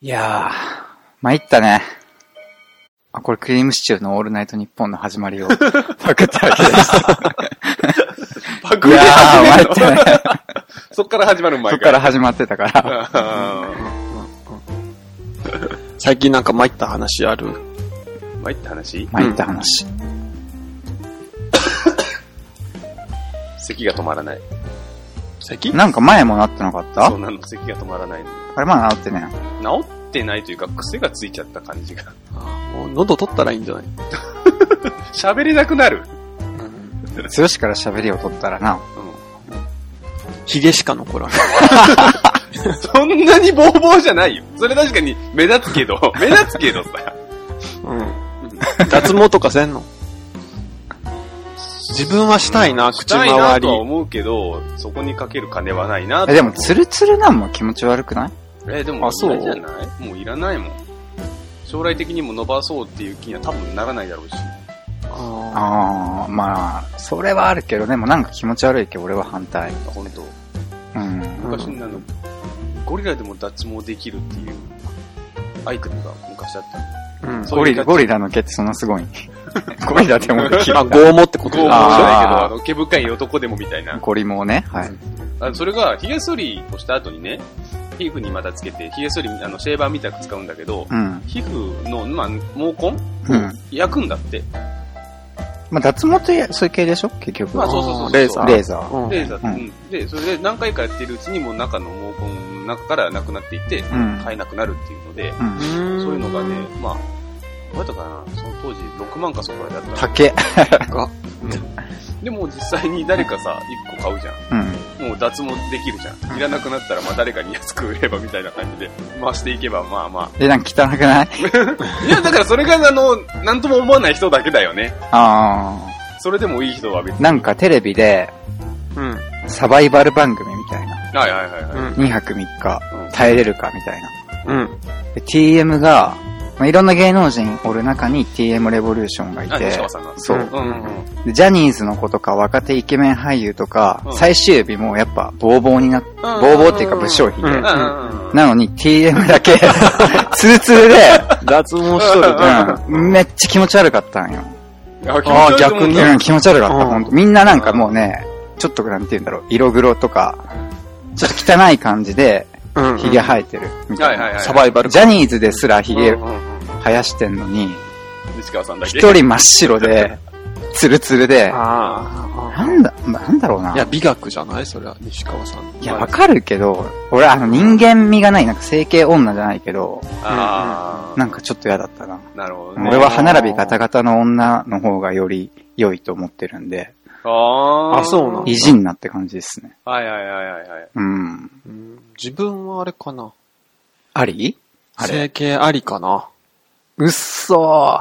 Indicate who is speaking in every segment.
Speaker 1: いやー、参ったね。あ、これクリームシチューのオールナイトニッポンの始まり をパクったわけです。
Speaker 2: パク
Speaker 1: い
Speaker 2: リ
Speaker 1: や
Speaker 2: 始め
Speaker 1: ー、参っ
Speaker 2: るの。
Speaker 1: たね。
Speaker 2: そっから始まる
Speaker 1: そ
Speaker 2: 前
Speaker 1: っか
Speaker 2: から
Speaker 1: 始まってたから。
Speaker 2: ら。うん
Speaker 3: 最近なんか参った話ある
Speaker 2: まあ、いった話
Speaker 1: 参った話。
Speaker 2: 咳が止まらない。
Speaker 3: 咳
Speaker 1: なんか前もなってなかった
Speaker 2: そうなの、咳が止まらない。
Speaker 1: あれまだ治ってね。
Speaker 2: 治ってないというか、癖がついちゃった感じが。
Speaker 3: もう喉取ったらいいんじゃない、
Speaker 2: 喋れなくなる。
Speaker 1: 剛
Speaker 3: うん、
Speaker 1: から喋りを取ったらな。
Speaker 3: ヒゲしか残らない。
Speaker 2: うん。そんなにボーボーじゃないよ。それ確かに目立つけど、目立つけどさ。
Speaker 3: うん。脱毛とかせんの自分はしたいな、口
Speaker 2: したいな
Speaker 3: 周り
Speaker 2: と。は思うけど、そこにかける金はないなと
Speaker 1: え、でも、ツルツルなんも気持ち悪くない
Speaker 2: え、でも、
Speaker 3: あそう
Speaker 2: いらんじゃないもういらないもん。将来的にも伸ばそうっていう気には多分ならないだろうし。
Speaker 3: あ
Speaker 1: あー、まあ、それはあるけど、でもなんか気持ち悪いけど俺は反対。
Speaker 2: 本当。
Speaker 1: うん。
Speaker 2: 昔にあの、ゴリラでも脱毛できるっていう、アイテムが昔あったの。
Speaker 3: ーうん。
Speaker 2: そう
Speaker 1: ゴリラ、ゴリラの毛ってそんなす ごい。ゴリラでもできる
Speaker 3: あ、。拷問ってこ
Speaker 2: ゴ
Speaker 3: と
Speaker 2: ーゴー
Speaker 1: あ
Speaker 2: じ
Speaker 3: だ。
Speaker 2: ゃないけど、
Speaker 1: ー
Speaker 2: あの、毛深い男でもみたいな。
Speaker 1: ゴリもね。はい。
Speaker 2: あそれが、髭剃りをした後にね、皮膚にまたつけて、髭剃り、あの、シェーバーみたく使うんだけど、
Speaker 1: うん。
Speaker 2: 皮膚の、まあ、毛根
Speaker 1: うん。
Speaker 2: 焼くんだって。
Speaker 1: まあ、脱毛ってそういう系でしょ結局。
Speaker 2: まあそうそうそうそう
Speaker 1: レーザー。レーザー。
Speaker 3: うん
Speaker 2: で、だって
Speaker 1: う
Speaker 2: うんん、で、それで何回かやってるうちにもう中の毛根の中からなくなっていって、
Speaker 1: ん
Speaker 2: 買えなくなるっていうので、
Speaker 1: うん。
Speaker 3: ん
Speaker 2: そういうのがね、まあ、どうやったかな、その当時6万かそこらだったの。
Speaker 1: 竹。
Speaker 2: でも実際に誰かさ、1個買うじゃん。
Speaker 1: うん。
Speaker 2: もう脱毛できるじゃん。いらなくなったらまあ誰かに安く売ればみたいな感じで回していけばまあま
Speaker 1: で、なんか汚くない
Speaker 2: あ。 いや、だからそれがあの、なんとも思わない人だけだよね。
Speaker 1: あ
Speaker 2: それでもいい人は別
Speaker 1: あ。
Speaker 2: に。
Speaker 1: なんかテレビで、
Speaker 3: うん。
Speaker 1: サバイバル番組みたいな。
Speaker 2: はいはいはいはい。
Speaker 3: うん。
Speaker 1: 2泊3日、
Speaker 2: うん
Speaker 1: 耐えれるかみたいな。
Speaker 3: うん。
Speaker 1: で、TM が、まあ、いろんな芸能人おる中に TM レボリューションがい
Speaker 2: あ、
Speaker 1: て
Speaker 2: 西、川さんなんです
Speaker 1: そうう。
Speaker 2: うんうんうん。
Speaker 1: でジャニーズの子とか若手イケメン俳優とか、
Speaker 2: うん
Speaker 1: 最終日もやっぱボーボーになっボーボーっていうか武将品で。
Speaker 3: うん
Speaker 2: うんうん
Speaker 1: なのに TM だけ、ツルツルで、
Speaker 3: 脱毛しとるね。
Speaker 1: うん、めっちゃ気持ち悪かったんよ。
Speaker 2: あ
Speaker 3: あ逆に
Speaker 1: うん、気持ち悪かった、
Speaker 3: うん
Speaker 1: ほんと。みんななんかもうね、ちょっとなんて言うんだろう、色黒とか、ちょっと汚い感じで、
Speaker 3: うん。
Speaker 1: ヒゲ生えてるみたいな。
Speaker 2: はいはいはい
Speaker 3: サバイバル。
Speaker 1: ジャニーズですらヒゲ
Speaker 2: うんうんうん
Speaker 1: 生やしてんのに、
Speaker 2: 西川さんだけ。
Speaker 1: 一人真っ白で、ツルツルで、
Speaker 3: あ
Speaker 1: な
Speaker 3: あ。
Speaker 1: んだ、なんだろうな。
Speaker 3: いや、美学じゃないそれは、西川さん。
Speaker 1: いや、わかるけど、俺、あの、人間味がない、なんか整形女じゃないけど、
Speaker 2: ああ、
Speaker 1: なんかちょっと嫌だったな。
Speaker 2: なるほどね。
Speaker 1: 俺は歯並びガタガタの女の方がより良いと思ってるんで、
Speaker 2: あー
Speaker 3: あそうなの
Speaker 1: 意地になって感じですね。
Speaker 2: はいはいはいはいはい。
Speaker 1: うん。
Speaker 3: うん自分はあれかな。
Speaker 1: ありあれ
Speaker 3: 整形ありかな。
Speaker 1: うっそ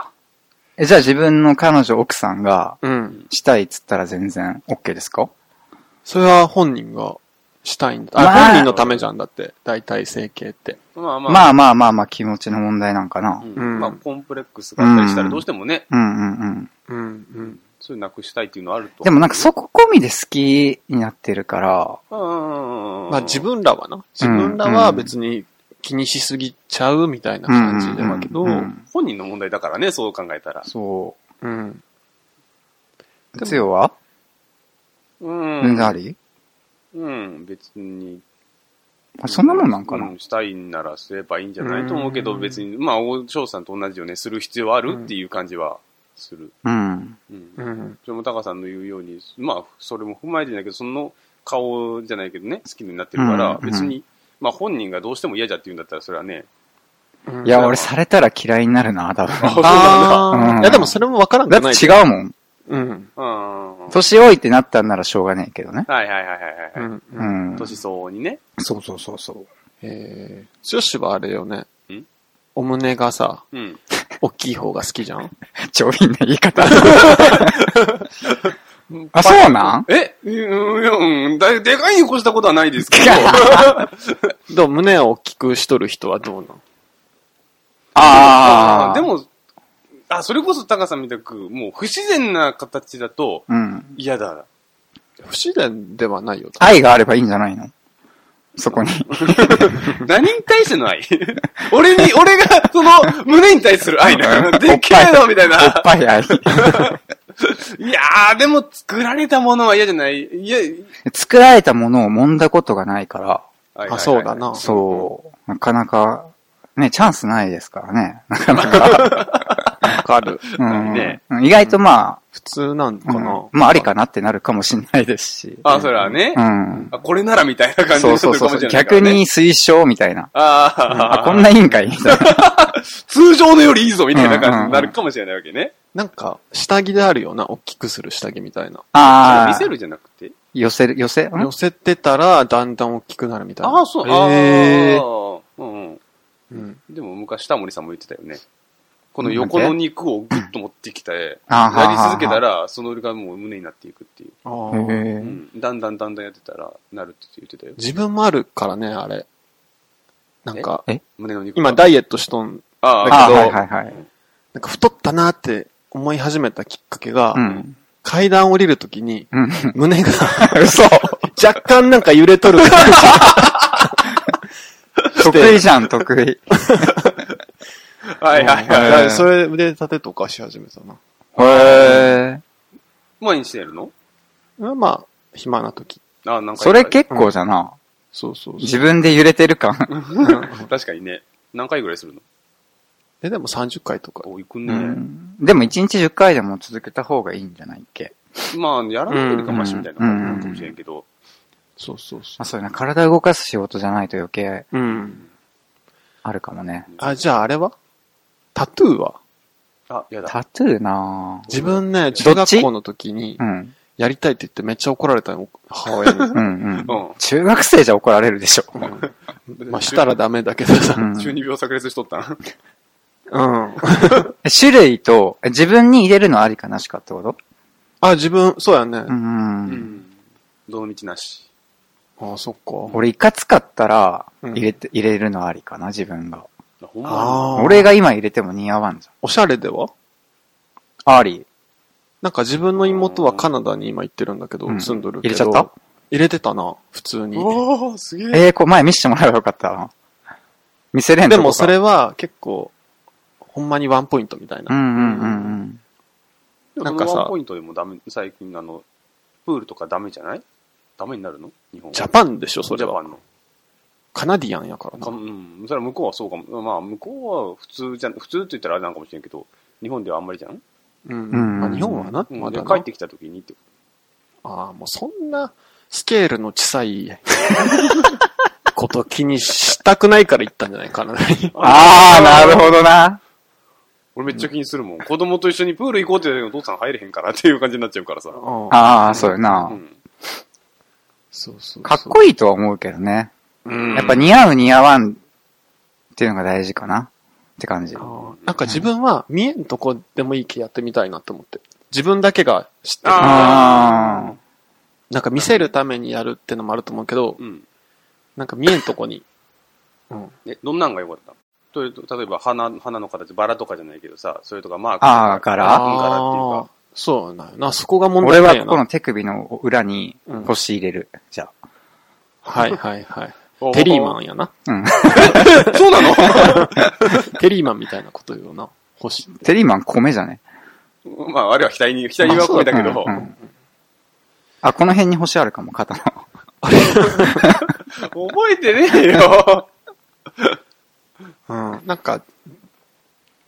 Speaker 1: ー。え、じゃあ自分の彼女、奥さんが、
Speaker 3: うん。
Speaker 1: したいっつったら全然 OK ですか
Speaker 3: それは本人がしたいんだ。あ、
Speaker 1: まあ
Speaker 3: 本人のためじゃんだって。大体整形って。
Speaker 2: まあまあ、
Speaker 1: まあまあまあまあ気持ちの問題なんかな
Speaker 2: う。
Speaker 3: うん
Speaker 2: んまあ、コンプレックスがあったりしたらどうしてもね、
Speaker 1: うんうんうん。
Speaker 3: うん、うん。
Speaker 2: そういうのなくしたいっていうのはあると。
Speaker 1: でもなんかそこ込みで好きになってるから、
Speaker 2: うんうんうん、
Speaker 3: まあ自分らはな。自分らは別に気にしすぎちゃうみたいな感じだけど、
Speaker 1: う
Speaker 3: うん。
Speaker 1: うん
Speaker 2: 本人の問題だからね、そう考えたら。
Speaker 1: そ
Speaker 3: うん
Speaker 1: う。つよは
Speaker 2: うん。
Speaker 1: 全然あり
Speaker 2: うん、別に。
Speaker 1: あそんなもんなんかな
Speaker 2: うしたいんならすればいいんじゃないと思うけど、別に、まあ、大翔さんと同じよね、する必要あるっていう感じはする。
Speaker 1: うん。
Speaker 2: うん
Speaker 3: うん。
Speaker 2: それもタカさんの言うように、まあ、それも踏まえてんだけど、その顔じゃないけどね、好きになってるか
Speaker 1: うん
Speaker 2: ら
Speaker 1: う、ん
Speaker 2: 別に、まあ本人がどうしても嫌じゃって言うんだったら、それはね、
Speaker 3: うん
Speaker 1: いや、俺されたら嫌いになるな、多分。
Speaker 3: あ
Speaker 1: そうなんだうん
Speaker 3: あ。いや、でもそれもわからん
Speaker 1: だ
Speaker 3: く
Speaker 1: って
Speaker 3: な
Speaker 1: 違
Speaker 3: い。
Speaker 1: うもん。
Speaker 3: うん。
Speaker 2: うん。はい
Speaker 1: 年老いてなったんならしょうがねえけどね。
Speaker 2: はいはいはいはい
Speaker 3: う
Speaker 2: はい。
Speaker 3: ん。
Speaker 1: う
Speaker 3: うん。
Speaker 1: ん。
Speaker 2: 年相応にね。
Speaker 1: そうそうそうそう。
Speaker 3: えー、女子はあれよね
Speaker 2: ん。
Speaker 3: お胸がさ、
Speaker 2: うん。
Speaker 3: 大きい方が好きじゃん。
Speaker 1: 上品な言い方。あ、そうなん
Speaker 2: えうん、うんうん、だでかいに越したことはないですけど。
Speaker 3: でも胸を大きくしとる人はどうなん
Speaker 1: ああ。
Speaker 2: で、も、あ、それこそタカさんみたく、もう不自然な形だと
Speaker 1: うん。
Speaker 2: 嫌だ。
Speaker 3: 不自然ではないよ。
Speaker 1: 愛があればいいんじゃないのそ こに。
Speaker 2: 何に対して の愛俺に、俺が、その、胸に対する愛なの。でっけえのみたい
Speaker 1: おっ
Speaker 2: な。
Speaker 1: ぱい 愛。
Speaker 2: いやー、でも作られたものは嫌じゃない。いや、
Speaker 1: 作られたものを揉んだことがないから、
Speaker 2: はいはいはい
Speaker 3: あ、そうだ。な。
Speaker 1: そう、なかなか、ね、チャンスないですからね。なかな か。
Speaker 3: わかる。
Speaker 1: うん
Speaker 2: ね
Speaker 1: うん意外とま
Speaker 3: 普通なん
Speaker 1: あ、
Speaker 3: か
Speaker 1: うん
Speaker 3: な。
Speaker 1: まあありかなってなるかもしれないですし。
Speaker 2: あ、それはね
Speaker 1: う。ん。
Speaker 2: あ、これならみたいな感じ
Speaker 1: そ
Speaker 2: に
Speaker 1: う
Speaker 2: す
Speaker 1: そう
Speaker 2: るか
Speaker 1: そ
Speaker 2: も
Speaker 1: う
Speaker 2: し
Speaker 1: そ
Speaker 2: れ
Speaker 1: う。
Speaker 2: ないからね。
Speaker 1: 逆に推奨みたいな。
Speaker 2: あ
Speaker 1: あ、
Speaker 2: ー
Speaker 1: こんな委員会みたいな。
Speaker 2: 通常のよりいいぞみたいな感じになるかもしれないわけね。
Speaker 3: なんか、下着であるよな。大きくする下着みたいな。
Speaker 1: ああ。
Speaker 2: 見せるじゃなくて。
Speaker 1: 寄せる、寄せん
Speaker 3: 寄せてたら、だんだん大きくなるみたいな。
Speaker 2: ああ、そう。あ
Speaker 3: へー
Speaker 2: ーうんうん。
Speaker 3: うん。
Speaker 2: でも昔田森さんも言ってたよね。この横の肉をグッと持ってきて、や
Speaker 1: あー
Speaker 2: り続けたら、その俺がもう胸になっていくっていう。
Speaker 3: あ
Speaker 1: へ
Speaker 3: ー
Speaker 2: う
Speaker 1: ー
Speaker 2: ん。だんだんだんだんやってたら、なるって言ってたよ。
Speaker 3: 自分もあるからね、あれ。なんか、
Speaker 1: え
Speaker 2: 胸の肉。
Speaker 3: 今ダイエットしとん、
Speaker 2: あ
Speaker 1: あ
Speaker 2: ー
Speaker 1: ー
Speaker 3: だ
Speaker 1: は
Speaker 3: け
Speaker 1: い
Speaker 3: ど
Speaker 1: はいはい。
Speaker 3: なんか太ったなって思い始めたきっかけが、
Speaker 1: うん。
Speaker 3: 階段降りるときに、
Speaker 1: うん。
Speaker 3: 胸 が
Speaker 1: 嘘
Speaker 3: 若干なんか揺れとる感
Speaker 1: 得意じゃん、得意。
Speaker 2: はいはい
Speaker 3: じ。
Speaker 2: はい。
Speaker 1: い
Speaker 3: だからそれ腕立てとかし始めたな。
Speaker 1: へえ。
Speaker 2: 毎日やるの
Speaker 3: まあ、暇なとき。
Speaker 2: あーなんか
Speaker 1: それ結構じゃな。
Speaker 3: そうそうそ
Speaker 1: 自分で揺れてる感。
Speaker 2: 構。 確かにね。何回ぐらいするの
Speaker 3: う。で、でも30回とか。
Speaker 2: お、行く
Speaker 1: う
Speaker 2: ね。
Speaker 1: んでも1日10回でも続けた方がいいんじゃないっけ。
Speaker 2: まあ、やらないよりかマシみたいな感じなのかもしれんけど。
Speaker 3: そうそうそ
Speaker 1: まあそうやな、体動かす仕事じゃないと余計
Speaker 3: う。うん。
Speaker 1: あるかもね。
Speaker 3: あ、じゃああれはタトゥーは
Speaker 2: あ、やだ。
Speaker 1: タトゥーなぁ
Speaker 3: 自分ね、
Speaker 1: ち
Speaker 3: 中学校の時に
Speaker 1: う、ん。
Speaker 3: やりたいって言ってめっちゃ怒られたよ、母親に。
Speaker 1: うん
Speaker 2: う
Speaker 1: うんん。中学生じゃ怒られるでしょ。
Speaker 3: まあ、したらダメだけど
Speaker 1: う
Speaker 3: さ。
Speaker 1: ん
Speaker 2: 中二病炸裂しとったん
Speaker 3: うん。
Speaker 1: 種類と、え自分に入れるのありかなしかってこと
Speaker 3: あ、自分、そうやね
Speaker 1: う。ん。
Speaker 2: うん。どの道なし。
Speaker 3: あ、そっか。
Speaker 1: 俺、いかつかったら、
Speaker 3: うん
Speaker 1: 入れて、入れるのありかな、自分が。
Speaker 2: あほんま
Speaker 3: ああ。
Speaker 1: 俺が今入れても似合わんじ
Speaker 3: おしゃれでは
Speaker 1: ゃん。あり。
Speaker 3: なんか自分の妹はカナダに今行ってるんだけど
Speaker 1: う、ん
Speaker 3: 住んどる
Speaker 1: 入
Speaker 3: け
Speaker 1: れ
Speaker 3: ど。
Speaker 1: ちゃった
Speaker 3: 入れてたな、普通
Speaker 2: に
Speaker 3: に。
Speaker 2: おー、すげえ。
Speaker 1: えー、こう前見せてもらえばよかったな。見せれん
Speaker 3: で
Speaker 1: とこか
Speaker 3: もそれ、は結構、ほんまにワンポイントみたいうな。
Speaker 1: んうんうんうん。
Speaker 2: な
Speaker 3: なんん
Speaker 2: か
Speaker 3: かさ
Speaker 2: さ。ワンポイントでもダメ、最近あの、プールとかダメじゃないダメになるの日本は
Speaker 3: ジャパンでしょ、それ
Speaker 2: ジャパ
Speaker 3: は。
Speaker 2: ンの。
Speaker 3: カナディアンやから
Speaker 2: か
Speaker 3: な。
Speaker 2: うん。それは向こうはそうかも。まあ、向こうは普通じゃん、普通って言ったらあれなんかもしれんけど、日本ではあんまりじゃん、
Speaker 3: うん。まあ日本はな、
Speaker 2: うん
Speaker 3: ま
Speaker 2: で
Speaker 3: だ
Speaker 2: 帰
Speaker 3: な
Speaker 2: っ。てきた時にって。
Speaker 3: ああ、もうそんなスケールの小さいこと気にしたくないから行ったんじゃないかな。
Speaker 1: あー、なるほどな。
Speaker 2: 俺めっちゃ気にするもん。子供と一緒にプール行こうって言ったけどお父さん入れへんからっていう感じになっちゃうからさ。
Speaker 3: ああ、
Speaker 1: あー、そうやな
Speaker 2: う。ん。
Speaker 3: そうそう。
Speaker 1: かっこいいとは思うけどね。
Speaker 3: いい
Speaker 1: やっぱ似合う似合わんっていうのが大事かな。って感じ。
Speaker 3: あーなんか自分は見えんとこでもいい気やってみたいなと思って。自分だけが知ってる。
Speaker 1: あ
Speaker 3: なんか見せるためにやるってのもあると思うけど
Speaker 2: う、ん。
Speaker 3: なんか見えんとこに。うん。
Speaker 2: え、どんなんが良かったというと例えば花、花の形、バラとかじゃないけどさ、それとかマークとか。
Speaker 1: あー柄
Speaker 2: うん柄っていう
Speaker 3: あーそうなんやな。そこが問
Speaker 1: 俺
Speaker 3: 題な
Speaker 1: は
Speaker 3: んや
Speaker 1: ここ
Speaker 3: な。
Speaker 1: の手首の裏に
Speaker 3: うん
Speaker 1: 腰入れる。じゃあ。
Speaker 3: はいはいはい
Speaker 2: お。
Speaker 3: テリーマンやな。
Speaker 1: うん。
Speaker 2: か。そうなの
Speaker 3: テリーマンみたいなこと言うよな。星。
Speaker 1: テリーマン米じゃね
Speaker 2: まあ、あれは額に、額にはこいだけど、
Speaker 1: うんうんあ、この辺に星あるかも、肩の。
Speaker 2: 覚えてねえ よ。
Speaker 3: うん。なんか、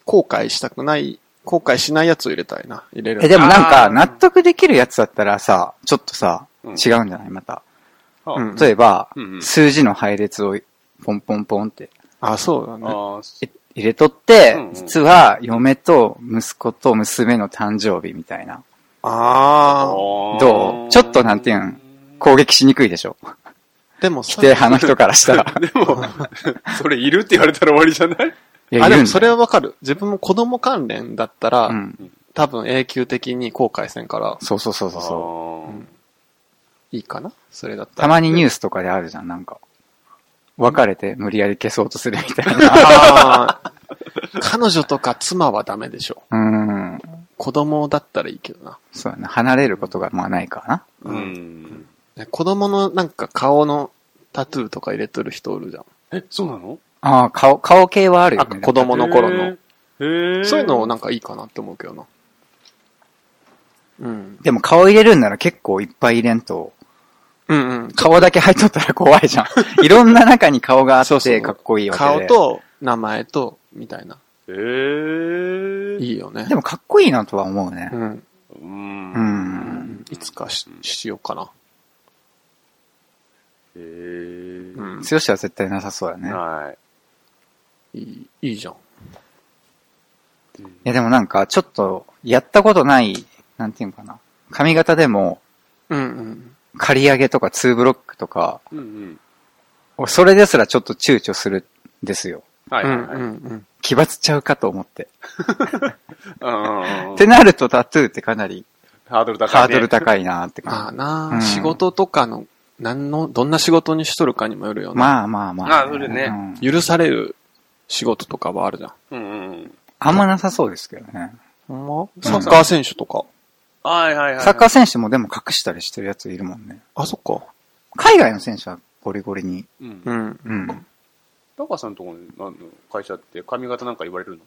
Speaker 3: 後悔したくない、後悔しないやつを入れたいな。入れる。
Speaker 1: え、でもなん
Speaker 2: あ
Speaker 1: か、
Speaker 2: ー
Speaker 1: 納得できるやつだったらさ、ちょっとさ、
Speaker 2: うん
Speaker 1: 違うんじゃないまた。
Speaker 3: うん
Speaker 1: 例えば
Speaker 2: うんう、ん
Speaker 1: 数字の配列をポンポンポンって
Speaker 3: あ、そうだね。
Speaker 2: あー
Speaker 1: い入れとって
Speaker 2: うんうん、
Speaker 1: 実は嫁と息子と娘の誕生日みたいな。
Speaker 3: ああ。
Speaker 1: どうちょっとなんていうん攻撃しにくいでしょ。
Speaker 3: でも
Speaker 1: 否
Speaker 3: さ
Speaker 1: 定、派の人からした ら。
Speaker 2: でも、それいるって言われたら終わりじゃない
Speaker 1: いや、
Speaker 3: あ、
Speaker 1: いる
Speaker 3: で
Speaker 1: ん
Speaker 3: も
Speaker 1: だ
Speaker 3: それはわかる。自分も子供関連だったら、
Speaker 1: うん。
Speaker 3: 多分永久的に後悔せんから、
Speaker 1: そうそうそうそうそう。
Speaker 2: う。
Speaker 3: いいかなそれだった
Speaker 1: た
Speaker 3: ら。
Speaker 1: まにニュースとかであるじゃん、なんか。別れて無理やり消そうとするみたい な。
Speaker 3: あー彼女とか妻はダメでしょ。
Speaker 1: うん。
Speaker 3: 子供だったらいいけどな。
Speaker 1: そうやな。離れることがまあないからな。
Speaker 2: うん。
Speaker 3: ね子供のなんか顔のタトゥーとか入れてる人おるじゃん。
Speaker 2: え、そうなの
Speaker 1: ああ、顔、顔系はあるよ
Speaker 3: あ
Speaker 1: ね。
Speaker 3: 子供の頃の
Speaker 2: へー。へー
Speaker 3: そういうのなんかいいかなって思うけどな。うん。
Speaker 1: でも顔入れるんなら結構いっぱい入れんと、
Speaker 3: うんうん。
Speaker 1: 顔だけ入っとったら怖いじゃん。いろんな中に顔があ
Speaker 3: そう
Speaker 1: っ
Speaker 3: そ
Speaker 1: て
Speaker 3: う
Speaker 1: かっこいいわけで。
Speaker 3: 顔。と名前と、みたいな。
Speaker 2: へー。
Speaker 3: いいよね
Speaker 1: で。もかっこいいなとは思うね
Speaker 3: う。ん。
Speaker 2: う。
Speaker 1: うんん。
Speaker 3: いつかししようかな。
Speaker 2: へー。
Speaker 3: うん。
Speaker 1: 強しは絶対なさそうだね。
Speaker 2: はい
Speaker 3: い、いいじゃん。
Speaker 2: い。
Speaker 1: いやでもなんか、ちょっと、やったことない、なんていうのかな。髪型でも、
Speaker 3: うんうん。
Speaker 1: 刈り上げとか2ブロックとか、
Speaker 2: うんうん。
Speaker 1: それですらちょっと躊躇するんですよ。
Speaker 2: はい
Speaker 3: うん
Speaker 2: は
Speaker 3: う
Speaker 2: いはい。うん
Speaker 3: んうん。
Speaker 1: 奇抜ちゃうかと思って。
Speaker 2: うんうん
Speaker 1: ってなるとタトゥーってかなり
Speaker 2: ハードル高いね。
Speaker 1: ハードル高いなって
Speaker 3: まあ
Speaker 1: 感
Speaker 3: なあ、
Speaker 1: うん
Speaker 3: 仕事とかの、何の、どんな仕事にしとるかにもよるよ
Speaker 1: じ。
Speaker 3: ね。
Speaker 1: まあまあまあ。
Speaker 2: あそれね
Speaker 1: うん
Speaker 3: 許される仕事とかはあるじゃん。
Speaker 2: うんうんうん。
Speaker 1: あんまなさそうですけどね。
Speaker 3: ほんまサッカー選手とか。
Speaker 2: はいはいはい。
Speaker 1: サッカー選手もでも隠したりしてるやついるもんね。
Speaker 3: あ、そっか。
Speaker 1: 海外の選手はゴリゴリに。
Speaker 2: うん
Speaker 3: う。ん。
Speaker 1: うん。
Speaker 2: 高橋さんのところの会社って髪型なんか言われる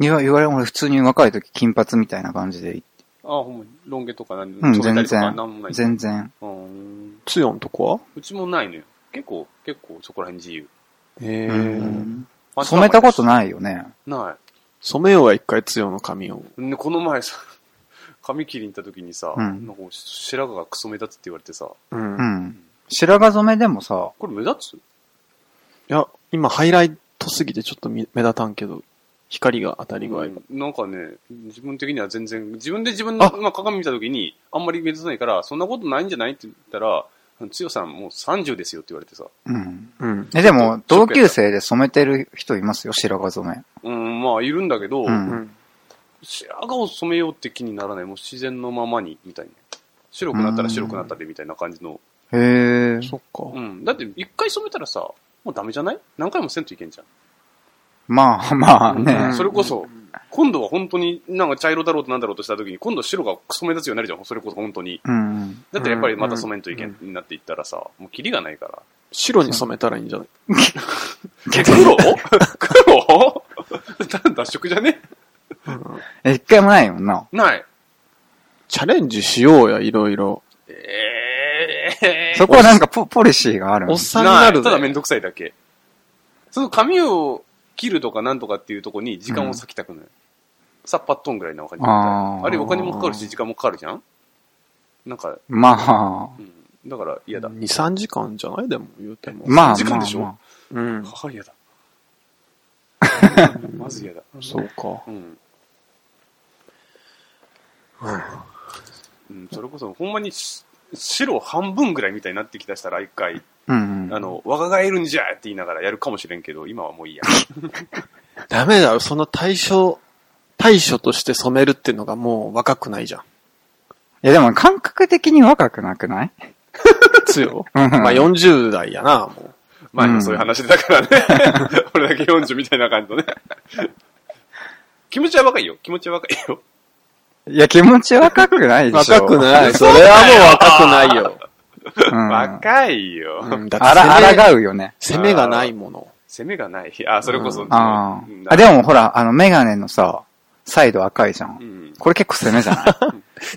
Speaker 1: いや、言われ、俺普通に若い時金髪みたいな感じで、
Speaker 2: のあ、ほんまに。ロン毛とか何
Speaker 1: うん
Speaker 2: 染めたりとか
Speaker 1: 全然
Speaker 2: なんもない。
Speaker 1: 全然。
Speaker 2: うん
Speaker 3: つよんとこは
Speaker 2: うちもないのよ。結構、結構そこら辺自由。
Speaker 3: へえ
Speaker 1: うん染めたことないよね。
Speaker 2: な
Speaker 3: 染めようが一回つよの髪を。
Speaker 2: い。ねこの前さ、 髪切りに行った時にさ、
Speaker 1: うん
Speaker 2: なんか白髪がクソ目立つって言われてさ、
Speaker 3: う。
Speaker 1: うん
Speaker 3: い
Speaker 1: ん。白髪染めでもさ、
Speaker 2: これ目立つ
Speaker 3: や、今ハイライトすぎてちょっとみ目立たんけど、光が当たり具合が。
Speaker 2: うんなんかね、自分的には全然、自分で自分の
Speaker 3: あ
Speaker 2: まあ、鏡見た時に、あんまり目立たないから、そんなことないんじゃないって言ったら、つよさんもう30ですよって言われてさ、
Speaker 1: うん。
Speaker 3: うん。
Speaker 1: え、でも、
Speaker 2: ちょっ
Speaker 1: 同
Speaker 2: とショ
Speaker 1: 級
Speaker 2: ックやった
Speaker 1: 生で染めてる人いますよ、白髪染め。
Speaker 2: うん、まあいるんだけど、
Speaker 1: うん
Speaker 3: うん。
Speaker 2: 白髪を染めようって気にならない、もう自然のままに、みたいな。白くなったら白くなったで、みたいな感じの。
Speaker 1: へえ。
Speaker 3: そっ
Speaker 2: う
Speaker 3: か。
Speaker 2: ん。だって、一回染めたらさ、もうダメじゃない何回もせんといけんじゃん。
Speaker 1: まあ まあ
Speaker 2: う
Speaker 1: ね
Speaker 2: ん。それこそ、今度は本当になんか茶色だろうとなんだろうとした時に、今度白がクソ目立つようになるじゃん。それこそ本当に。
Speaker 1: うん。
Speaker 2: だってやっぱりまた染めんといけんになっていったらさ、もうキリがないから。
Speaker 3: 白に染めたらいいんじゃない
Speaker 2: 黒 黒脱色じゃね
Speaker 1: え、一回もないもんな。
Speaker 2: ない。
Speaker 3: チャレンジしようや、いろいろ。
Speaker 2: ええー。
Speaker 1: そこはなんかポポリシーがあるの
Speaker 3: おっさんになる
Speaker 2: いただめん
Speaker 3: ど
Speaker 2: どくさいだけ。その髪を切るとかなんとかっていうとこに時間を割きたくない。さっぱっとんぐらいなお金みたいな
Speaker 1: あー
Speaker 2: あれお金もかかるし時間もかかるじゃんなんか、
Speaker 1: まあ。
Speaker 2: うん。だから嫌だ。
Speaker 3: 2、3時間じゃないでも、言うても。
Speaker 1: まあ
Speaker 2: 時
Speaker 1: ま
Speaker 2: 間
Speaker 1: あ
Speaker 2: でしょ
Speaker 1: ま
Speaker 3: うん。
Speaker 2: 母嫌だ。まず嫌だ。
Speaker 3: そうか。
Speaker 2: うん。うん、それこそ、ほんまにし白半分ぐらいみたいになってきだしたら、一回、
Speaker 1: あ。うんうん。
Speaker 2: あの、若返るんじゃって言いながらやるかもしれんけど、今はも ういいや。
Speaker 3: ダメだよ、その対象、対処として染めるっていうのがもう若くないじゃん。
Speaker 1: いやでも感覚的に若くなくない
Speaker 3: 強。
Speaker 1: うん
Speaker 3: まあ40代やな、も。
Speaker 2: 前
Speaker 1: う
Speaker 2: も
Speaker 1: ん
Speaker 2: そういう話だからね。 俺だけ40みたいな感じのね。 気持ちは若いよ。気持ちは若いよ。
Speaker 1: いや、気持ち若くないうでしょ。
Speaker 3: 若く
Speaker 1: い。
Speaker 3: ない。それはもう若くないよ。
Speaker 1: うん。あ
Speaker 2: 若いよ。
Speaker 3: うん、だって攻
Speaker 1: ら、
Speaker 3: め
Speaker 1: あらがうよね。
Speaker 3: 攻めがないもの。
Speaker 2: 攻めがない。あ、それこそ。
Speaker 1: あ
Speaker 2: うん
Speaker 1: あ。あ、でもほら、あの、メガネのさ、サイド赤いじゃ。
Speaker 2: うんん。
Speaker 1: これ結構攻めじゃない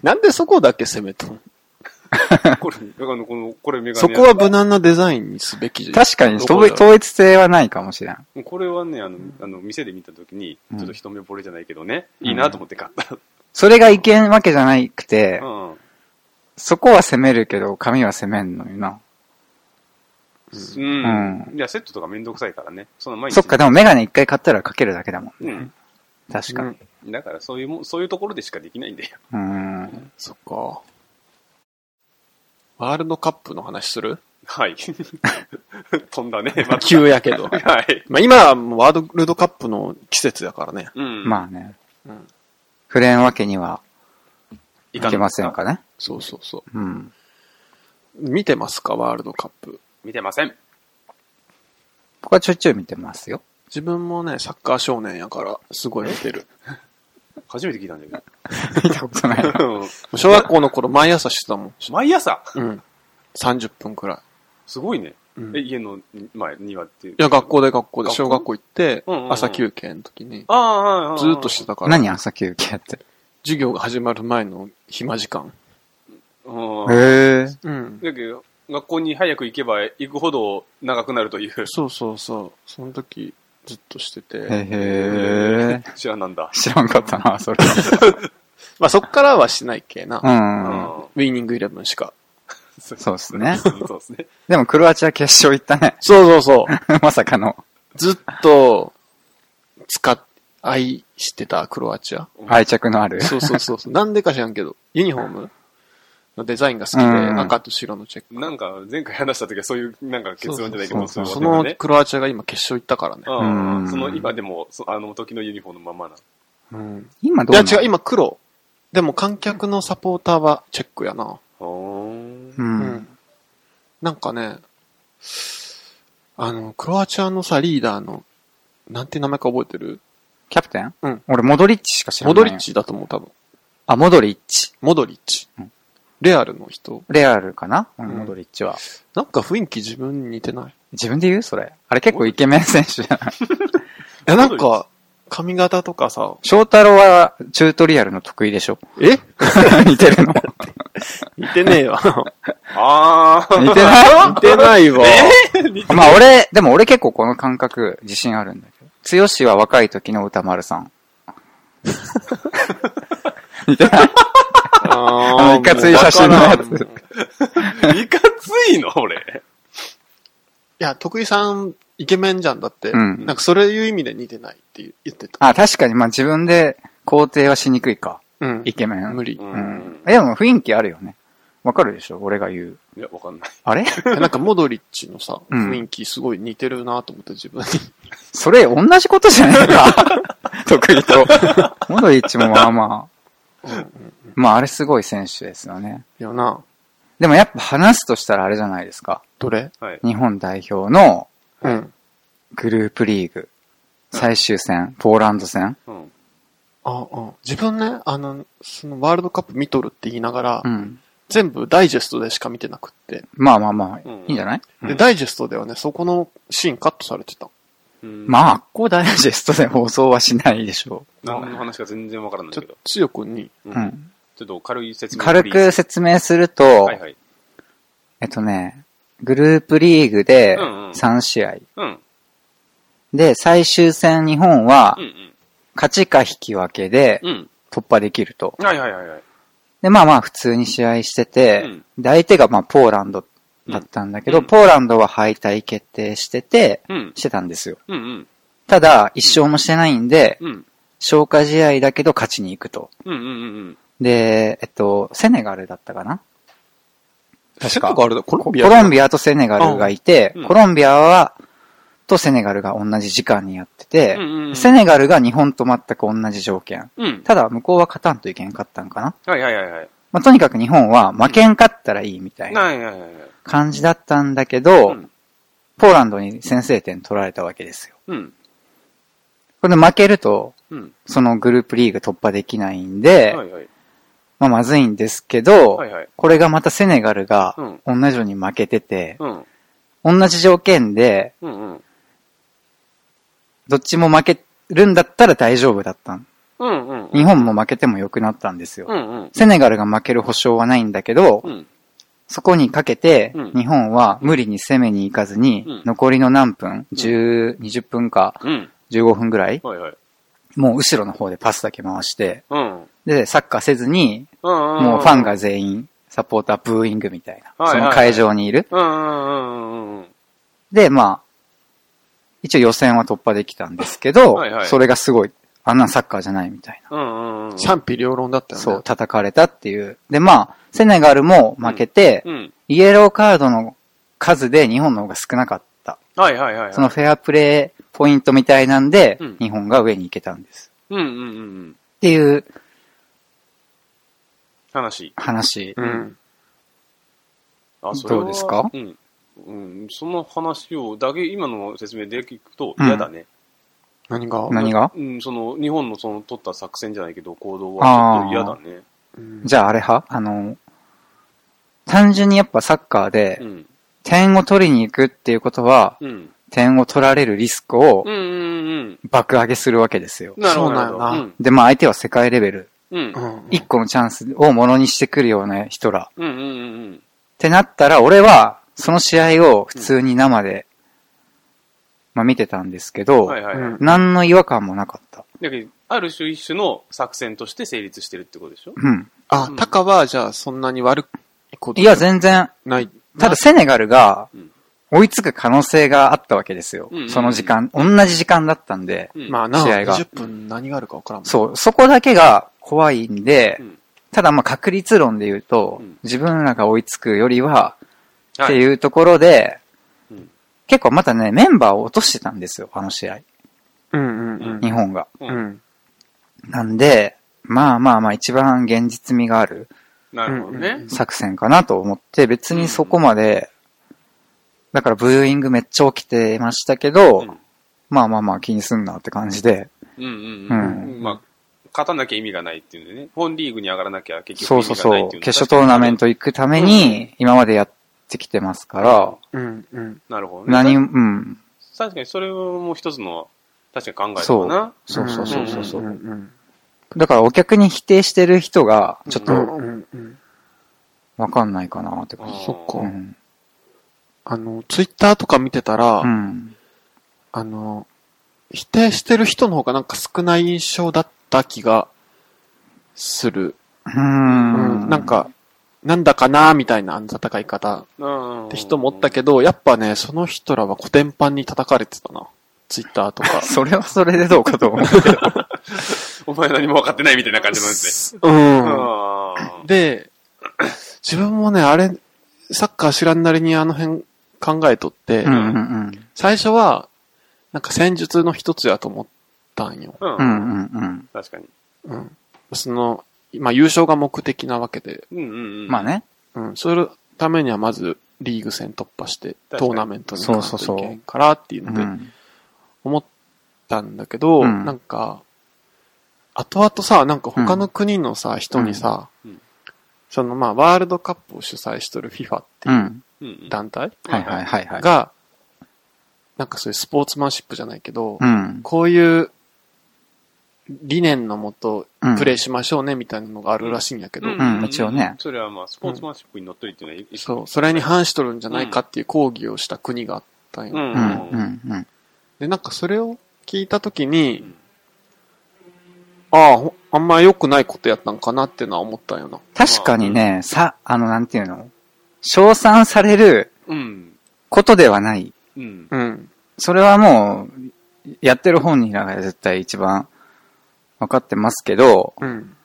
Speaker 3: なんでそこだけ攻めとん
Speaker 2: これ、だからこの、これメガネ。
Speaker 3: そこは無難なデザインにすべきじゃん。
Speaker 1: 確かに
Speaker 3: どこ
Speaker 1: 統一
Speaker 3: だ
Speaker 1: 統一性はないかもしれん。
Speaker 2: これはね、あの、あの、店で見たときに、
Speaker 1: うん
Speaker 2: ちょっと一目惚れじゃないけどね、いいなと思って買った。
Speaker 1: それがいけんわけじゃないくて、
Speaker 2: うん。
Speaker 1: そこは攻めるけど、髪は攻めんのよな。
Speaker 2: うん。いや、セットとかめんどくさいからね。その前に。
Speaker 1: そっか、でもメガネ一回買ったらかけるだけだもん。
Speaker 2: うん。
Speaker 1: 確かに。
Speaker 2: だから、そういうもん、そういうところでしかできないんだよ。
Speaker 1: うーん。
Speaker 3: そっか。ワールドカップの話する
Speaker 2: はい。飛んだね、 また
Speaker 3: 急やけど。
Speaker 2: はい。
Speaker 3: まあ今はもうワールドカップの季節だからね。
Speaker 2: うん。
Speaker 1: まあね。
Speaker 3: うん
Speaker 1: 触れんわけにはいい
Speaker 2: かん
Speaker 1: けませんかね。
Speaker 3: そうそうそう。
Speaker 1: うん。
Speaker 3: 見てますかワールドカップ。
Speaker 2: 見てません。
Speaker 1: 僕はちょいちょい見てますよ。
Speaker 3: 自分もね、サッカー少年やから、すごい見てる。
Speaker 2: 初めて聞いたんだ
Speaker 1: 見たことない
Speaker 2: け
Speaker 1: な。
Speaker 2: ど。
Speaker 3: 小学校の頃毎朝してたもん。
Speaker 2: 毎朝
Speaker 3: うん。30分くらい。
Speaker 2: すごいね。
Speaker 3: うん
Speaker 2: え、
Speaker 3: い
Speaker 2: 家の前、庭っていう。
Speaker 3: や、学校で学校で、
Speaker 2: 学校
Speaker 3: 小学校行って
Speaker 2: うんうんう、ん
Speaker 3: 朝休憩の時に、
Speaker 2: ああ、はいはいはい。
Speaker 3: ずーっとしてたか ら、
Speaker 1: 何朝休憩って。
Speaker 3: 授業が始まる前の暇時間。
Speaker 2: うん
Speaker 1: へえ。
Speaker 3: うん。
Speaker 2: だけど、学校に早く行けば行くほど長くなるという。
Speaker 3: そうそうそう。その時、ずっとしてて。
Speaker 1: へえ。
Speaker 2: 知らなんだ。
Speaker 1: 知らんかった な、それ。
Speaker 3: まあ、そっからはしないけな。
Speaker 1: うん。
Speaker 2: うん
Speaker 3: ウィーニングイレブンしか。
Speaker 1: そうですね
Speaker 2: そうですね。
Speaker 1: でもクロアチア決勝行ったね。
Speaker 3: そうそうそう。
Speaker 1: まさかの
Speaker 3: ずっと、使っ、愛してたクロアチア。
Speaker 1: 愛着のある。
Speaker 3: そうそ うそうそう。なんでか知らんけど、ユニフォームのデザインが好き
Speaker 1: う
Speaker 3: で、
Speaker 1: ん
Speaker 3: 赤と白のチェック。
Speaker 2: なんか、前回話した時はそういう、なんか結論じゃないけど、
Speaker 1: そう
Speaker 3: そ
Speaker 2: いう
Speaker 3: の
Speaker 2: ね。
Speaker 3: クロアチアが今決勝行ったからね。
Speaker 1: うん
Speaker 2: うんその今でも、そあの時のユニフォームのままな。
Speaker 3: うん。
Speaker 1: 今ど
Speaker 3: いうや
Speaker 1: な
Speaker 3: 違う、今黒。でも観客のサポーターはチェックやな。
Speaker 1: う。。
Speaker 2: ほー
Speaker 3: うんなんかね、あの、クロアチアのさ、リーダーの、なんて名前か覚えてる
Speaker 1: キャプテン
Speaker 3: うん。
Speaker 1: 俺、モドリッチしか知らな
Speaker 3: モ
Speaker 1: い。
Speaker 3: ドリッ。チだと思う、多分。
Speaker 1: あ、モドリッチ。
Speaker 3: モドリッチ
Speaker 1: うん。
Speaker 3: レアルの人。
Speaker 1: レアルかなうん
Speaker 3: うん
Speaker 1: モドリッチは。
Speaker 3: なんか雰囲気自分に似てない
Speaker 1: 自分で言うそれ。あれ結構イケメン選手じゃない
Speaker 3: いや、なん
Speaker 2: モドリッ
Speaker 3: か、髪型とかさ、
Speaker 1: 翔太郎はチュートリアルの得意でしょ
Speaker 3: え
Speaker 1: 似てる の。
Speaker 3: 似てねえわ。
Speaker 2: あ ー。
Speaker 1: 似てない
Speaker 3: 似てないわ。
Speaker 1: まあ俺、でも俺結構この感覚自信あるんだけど。剛は若い時の歌丸さん。似てない
Speaker 3: あ
Speaker 1: あのいかつい写真のやつ
Speaker 3: もうわからんい
Speaker 2: いかついの俺。
Speaker 3: や、徳井さん、イケメンじゃんだって。
Speaker 1: うん
Speaker 3: なんか、それいう意味で似てないって言ってた。
Speaker 1: あ、確かに、まあ自分で肯定はしにくいか。
Speaker 3: うん
Speaker 1: イケメン。
Speaker 3: 無理。
Speaker 2: う
Speaker 1: うんん。でも雰囲気あるよね。わかるでしょ俺が言う。
Speaker 2: いや、わかんない。
Speaker 1: あれ
Speaker 3: なんか、モドリッチのさ、
Speaker 1: うん
Speaker 3: 雰囲気すごい似てるなと思って自 分に。
Speaker 1: それ同じことじゃないか。 得意と。モドリッチもまあまあ。まああれすごい選手ですよね。
Speaker 3: よな。
Speaker 1: でもやっぱ話すとしたらあれじゃないですか。
Speaker 3: どれ
Speaker 2: はい。
Speaker 1: 日本代表の
Speaker 3: うん。
Speaker 1: グループリーグ。最終戦、ポーランド戦。
Speaker 2: うん。
Speaker 3: ああ、自分ね、あの、そのワールドカップ見とるって言いながら、
Speaker 1: うん。
Speaker 3: 全部ダイジェストでしか見てなくって。
Speaker 1: まあまあまあ、
Speaker 2: うん
Speaker 1: いいんじゃない、
Speaker 3: で、ダイジェストではね、そこのシーンカットされてた。
Speaker 2: うん
Speaker 1: まあ、こうダイジェストで放送はしないでしょ
Speaker 2: 何の話か全然わからないん
Speaker 3: ちょ
Speaker 2: だけ
Speaker 3: っ
Speaker 2: ど
Speaker 3: と。、強くに。
Speaker 2: う
Speaker 1: う。
Speaker 2: ん
Speaker 1: うん。
Speaker 2: ちょっと軽い説明。
Speaker 1: 軽く説明すると、
Speaker 2: はいはい。
Speaker 1: えっとね、グループリーグで
Speaker 2: うんうん
Speaker 1: 3試合。
Speaker 2: うん。
Speaker 1: で、最終戦日本は
Speaker 2: うんうん。
Speaker 1: 勝ちか引き分けで
Speaker 2: うん。
Speaker 1: 突破できると。
Speaker 2: はいはいはいはい。
Speaker 1: で、まあまあ普通に試合してて、
Speaker 2: うん
Speaker 1: で相手がまあポーランドだったんだけど、
Speaker 2: うん
Speaker 1: ポーランドは敗退決定してて、
Speaker 2: うん。
Speaker 1: してたんですよ。
Speaker 2: うんうん。
Speaker 1: ただ、一勝もしてないんで、
Speaker 2: うん。
Speaker 1: 消化試合だけど勝ちに行くと。
Speaker 2: うんうんうんうん。
Speaker 1: で、えっと、セネガルだったかな確か
Speaker 3: セネガルだ、コロンビア
Speaker 1: コロンビアとセネガルがいて、
Speaker 2: うん
Speaker 1: コロンビアは、とセネガルが同じ時間にやってて、
Speaker 2: うんうんうん
Speaker 1: セネガルが日本と全く同じ条件。
Speaker 2: うん。
Speaker 1: ただ、向こうは勝たんといけんかったんかな。
Speaker 2: はいはいはいはい。
Speaker 1: まあ、とにかく日本は負けんかったらいいみたいな
Speaker 2: はいはいはいはい。
Speaker 1: 感じだったんだけど、
Speaker 2: うん
Speaker 1: ポーランドに先制点取られたわけですよ。
Speaker 2: うん。
Speaker 1: これで負けると、
Speaker 2: うん。
Speaker 1: そのグループリーグ突破できないんで、
Speaker 2: はいはい。
Speaker 1: まあ、まずいんですけど、
Speaker 2: はいはい。
Speaker 1: これがまたセネガルが
Speaker 2: うん
Speaker 1: 同じように負けてて、
Speaker 2: うん。
Speaker 1: 同じ条件で、
Speaker 2: うんうん。
Speaker 1: どっちも負けるんだったら大丈夫だったん。
Speaker 2: うんうん。
Speaker 1: 日本も負けても良くなったんですよ。
Speaker 2: うんうん。
Speaker 1: セネガルが負ける保証はないんだけど、
Speaker 2: うん。
Speaker 1: そこにかけて
Speaker 2: うん、
Speaker 1: 日本は無理に攻めに行かずに、
Speaker 2: うん
Speaker 1: 残りの何分 ?10、20分か
Speaker 2: うん。
Speaker 1: 15分ぐらい
Speaker 2: はいはい。
Speaker 1: もう後ろの方でパスだけ回して、
Speaker 2: うん。
Speaker 1: で、サッカーせずに、
Speaker 2: うん。
Speaker 1: もうファンが。全員、サポーターブーイングみたいな。
Speaker 2: は
Speaker 1: そ
Speaker 2: いはい
Speaker 1: の会場にいる。
Speaker 2: うんうんうんうん。
Speaker 1: で、まあ、一応予選は突破できたんですけど
Speaker 2: はいはい、
Speaker 1: それがすごい、あんなサッカーじゃないみたいな。
Speaker 2: うんうん。
Speaker 3: 賛否両論だったよね。
Speaker 1: そう、叩かれたっていう。で、まあ、セネガルも負けて、
Speaker 2: うん。
Speaker 1: イエローカードの数で日本の方が少なかった。
Speaker 2: はいはいはい。
Speaker 1: その、フェアプレーポイントみたいなんで、
Speaker 2: うん
Speaker 1: 日本が上に行けたんです。
Speaker 2: うんうんうん。
Speaker 1: っていう
Speaker 2: 話。
Speaker 1: 話。
Speaker 3: うん。
Speaker 2: あ、
Speaker 1: どうですか
Speaker 2: うん。うん、その話を、だけ、今の説明で聞くと、
Speaker 1: うん
Speaker 2: 嫌だね。
Speaker 3: 何が
Speaker 1: 何が
Speaker 2: うん、その、日本のその、取った作戦じゃないけど、行動はちょっと嫌だね。
Speaker 3: うん
Speaker 1: じゃああれ派あの、単純にやっぱサッカーで
Speaker 2: うん。
Speaker 1: 点を取りに行くっていうことは、
Speaker 2: うん。
Speaker 1: 点を取られるリスクを
Speaker 2: うんうんうん。
Speaker 1: 爆上げするわけですよ。
Speaker 2: なるほど。
Speaker 3: そうなんやな
Speaker 2: うん
Speaker 1: で、まあ相手は世界レベル。
Speaker 2: うん。
Speaker 3: うん。
Speaker 1: 一個のチャンスをものにしてくるような人ら。っ
Speaker 2: うんうんうん
Speaker 1: てなったら、俺は、その試合を普通に生で、まあ見てたんですけ
Speaker 2: うん。
Speaker 1: ど、
Speaker 2: はいはいは
Speaker 3: う
Speaker 2: い。
Speaker 3: ん
Speaker 1: 何の違和感もなかった。
Speaker 2: だけど、ある種一種の作戦として成立してるってことでしょ
Speaker 1: うん。
Speaker 3: あ、タカは、じゃあ、そんなに悪いこと
Speaker 1: いや、全然、
Speaker 3: ない。
Speaker 1: ただセネガルが
Speaker 2: うん、
Speaker 1: 追いつく可能性があったわけですよ
Speaker 2: うんうんう。ん
Speaker 1: その時間、同じ時間だったんで。
Speaker 2: うん
Speaker 3: まあな、
Speaker 1: 試合が
Speaker 3: 20分何があるかわからんもん。
Speaker 1: そう、そこだけが怖いんで
Speaker 2: うん、
Speaker 1: ただまあ確率論で言うと
Speaker 2: うん、
Speaker 1: 自分らが追いつくよりは、っ
Speaker 2: は
Speaker 1: て
Speaker 2: い
Speaker 1: いうところで
Speaker 2: うん、
Speaker 1: 結構またね、メンバーを落としてたんですよ、あの試合。
Speaker 3: うんうん
Speaker 1: 日本が。
Speaker 3: うん。うん。
Speaker 1: なんで、まあまあまあ一番現実味がある
Speaker 2: なるほど
Speaker 3: うんうん
Speaker 2: ね。
Speaker 1: 作戦かなと思って、別にそこまで、だからブーイングめっちゃ起きてましたけど、
Speaker 2: うん
Speaker 1: まあまあまあ気にすんなって感じで、
Speaker 2: うんうんうん。
Speaker 1: う
Speaker 2: まあ、勝たなきゃ意味がないっていうんでね。本リーグに上がらなきゃ結
Speaker 1: そ
Speaker 2: 局
Speaker 1: う
Speaker 2: 意
Speaker 1: そうそ
Speaker 2: 味がないっ
Speaker 1: う
Speaker 2: ていうのは、
Speaker 1: 決勝トーナメント行くために今までやってきてますから、
Speaker 3: うんうん。
Speaker 2: なるほどね。
Speaker 1: 何、うん、
Speaker 2: 確かにそれも一つの、確かに考えたかな。
Speaker 1: そうそうそうそうそう。
Speaker 3: んうん
Speaker 1: だからお客に否定してる人が、ちょっ
Speaker 3: う
Speaker 1: と
Speaker 3: んうんうん。
Speaker 1: わかんないかなって感じ。
Speaker 2: あー
Speaker 3: そっ
Speaker 1: う
Speaker 3: か。
Speaker 1: ん。
Speaker 3: あの、ツイッターとか見てたら
Speaker 1: う、ん。
Speaker 3: あの、否定してる人の方がなんか少ない印象だった気がする。
Speaker 1: う。
Speaker 3: うんん。なん、か、なんだかなーみたいな戦い方
Speaker 2: うん
Speaker 3: って人もおったけど、やっぱね、その人らは古典版に叩かれてたな。ツイッターとか
Speaker 1: それはそれでどうかと思うけど。
Speaker 2: お前何も分かってないみたいな感じなんですね。
Speaker 3: うん。
Speaker 2: う
Speaker 3: で、自分もね、あれ、サッカー知らんなりにあの辺考えとって、
Speaker 1: うんうんうん。
Speaker 3: 最初は、なんか戦術の一つやと思ったんよ。
Speaker 2: ん。
Speaker 1: う
Speaker 2: うん。
Speaker 1: んうんうん。
Speaker 2: 確かに。
Speaker 3: うん。その、まあ優勝が目的なわけで、
Speaker 2: うんうんうん。
Speaker 1: まあ。ね。
Speaker 3: うん。そのためにはまずリーグ戦突破して、
Speaker 2: 確か
Speaker 3: ト
Speaker 2: に
Speaker 3: ーナメントに行かな
Speaker 1: そう
Speaker 3: きゃ
Speaker 1: そ
Speaker 3: いう
Speaker 1: そう
Speaker 3: けんからっていう
Speaker 1: う
Speaker 3: ので、
Speaker 1: ん。
Speaker 3: 思ったんだけど、
Speaker 1: うん
Speaker 3: なんか、後々さ、なんか他の国のさ、人にさ、
Speaker 2: うん
Speaker 3: そのまあワールドカップを主催しとる FIFA って
Speaker 1: う。
Speaker 3: いうん
Speaker 2: うんうん。
Speaker 3: 団体
Speaker 1: はいはいはいはい。
Speaker 3: が、なんかそういうスポーツマンシップじゃないけど、
Speaker 1: うん。
Speaker 3: こういう理念のもと
Speaker 1: うん
Speaker 3: プレイしましょうねみたいなのがあるらしいんやけど、
Speaker 1: んもちろんね
Speaker 2: それはまあ、スポーツマンシップに乗っとりっていうのは、一緒
Speaker 3: そう、それに反しとるんじゃないかっていう抗議をした国があったんよ。
Speaker 2: うん
Speaker 1: うんうんうん。
Speaker 3: で、なんかそれを聞いたときに、
Speaker 2: うん
Speaker 3: ああ、ほあんま良くないことやったんかなってのは思ったんよな。
Speaker 1: 確かにね、さ、あの、なんていうの称賛される
Speaker 2: うん。
Speaker 1: ことではない。
Speaker 2: うん。
Speaker 3: うん。
Speaker 1: それはもう、やってる本人らが絶対一番分かってますけど、
Speaker 3: うん。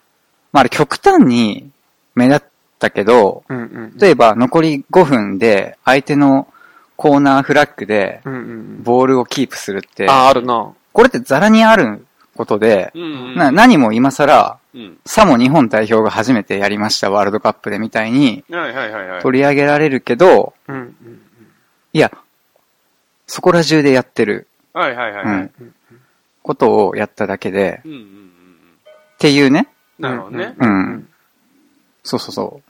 Speaker 1: まあ、あれ極端に目立ったけど、
Speaker 3: うん。うん。
Speaker 1: 例えば残り5分で相手のコーナーフラッグで
Speaker 3: うんうん。
Speaker 1: ボールをキープするって、
Speaker 3: ああ、あるな。
Speaker 1: これってザラにあることで、
Speaker 2: うん。
Speaker 1: な何も今更、
Speaker 2: うん。
Speaker 1: さも日本代表が初めてやりましたワールドカップでみたいに
Speaker 2: はいはいはいはい。
Speaker 1: 取り上げられるけど、
Speaker 3: うん。うん。
Speaker 1: いや、そこら中でやってる、
Speaker 2: はいはいはい
Speaker 1: う
Speaker 2: はい。
Speaker 1: ん、ことをやっただけで、
Speaker 2: うんうんうん。
Speaker 1: っていうね。
Speaker 2: なるほどね。
Speaker 1: う
Speaker 3: うんん。
Speaker 1: そうそうそ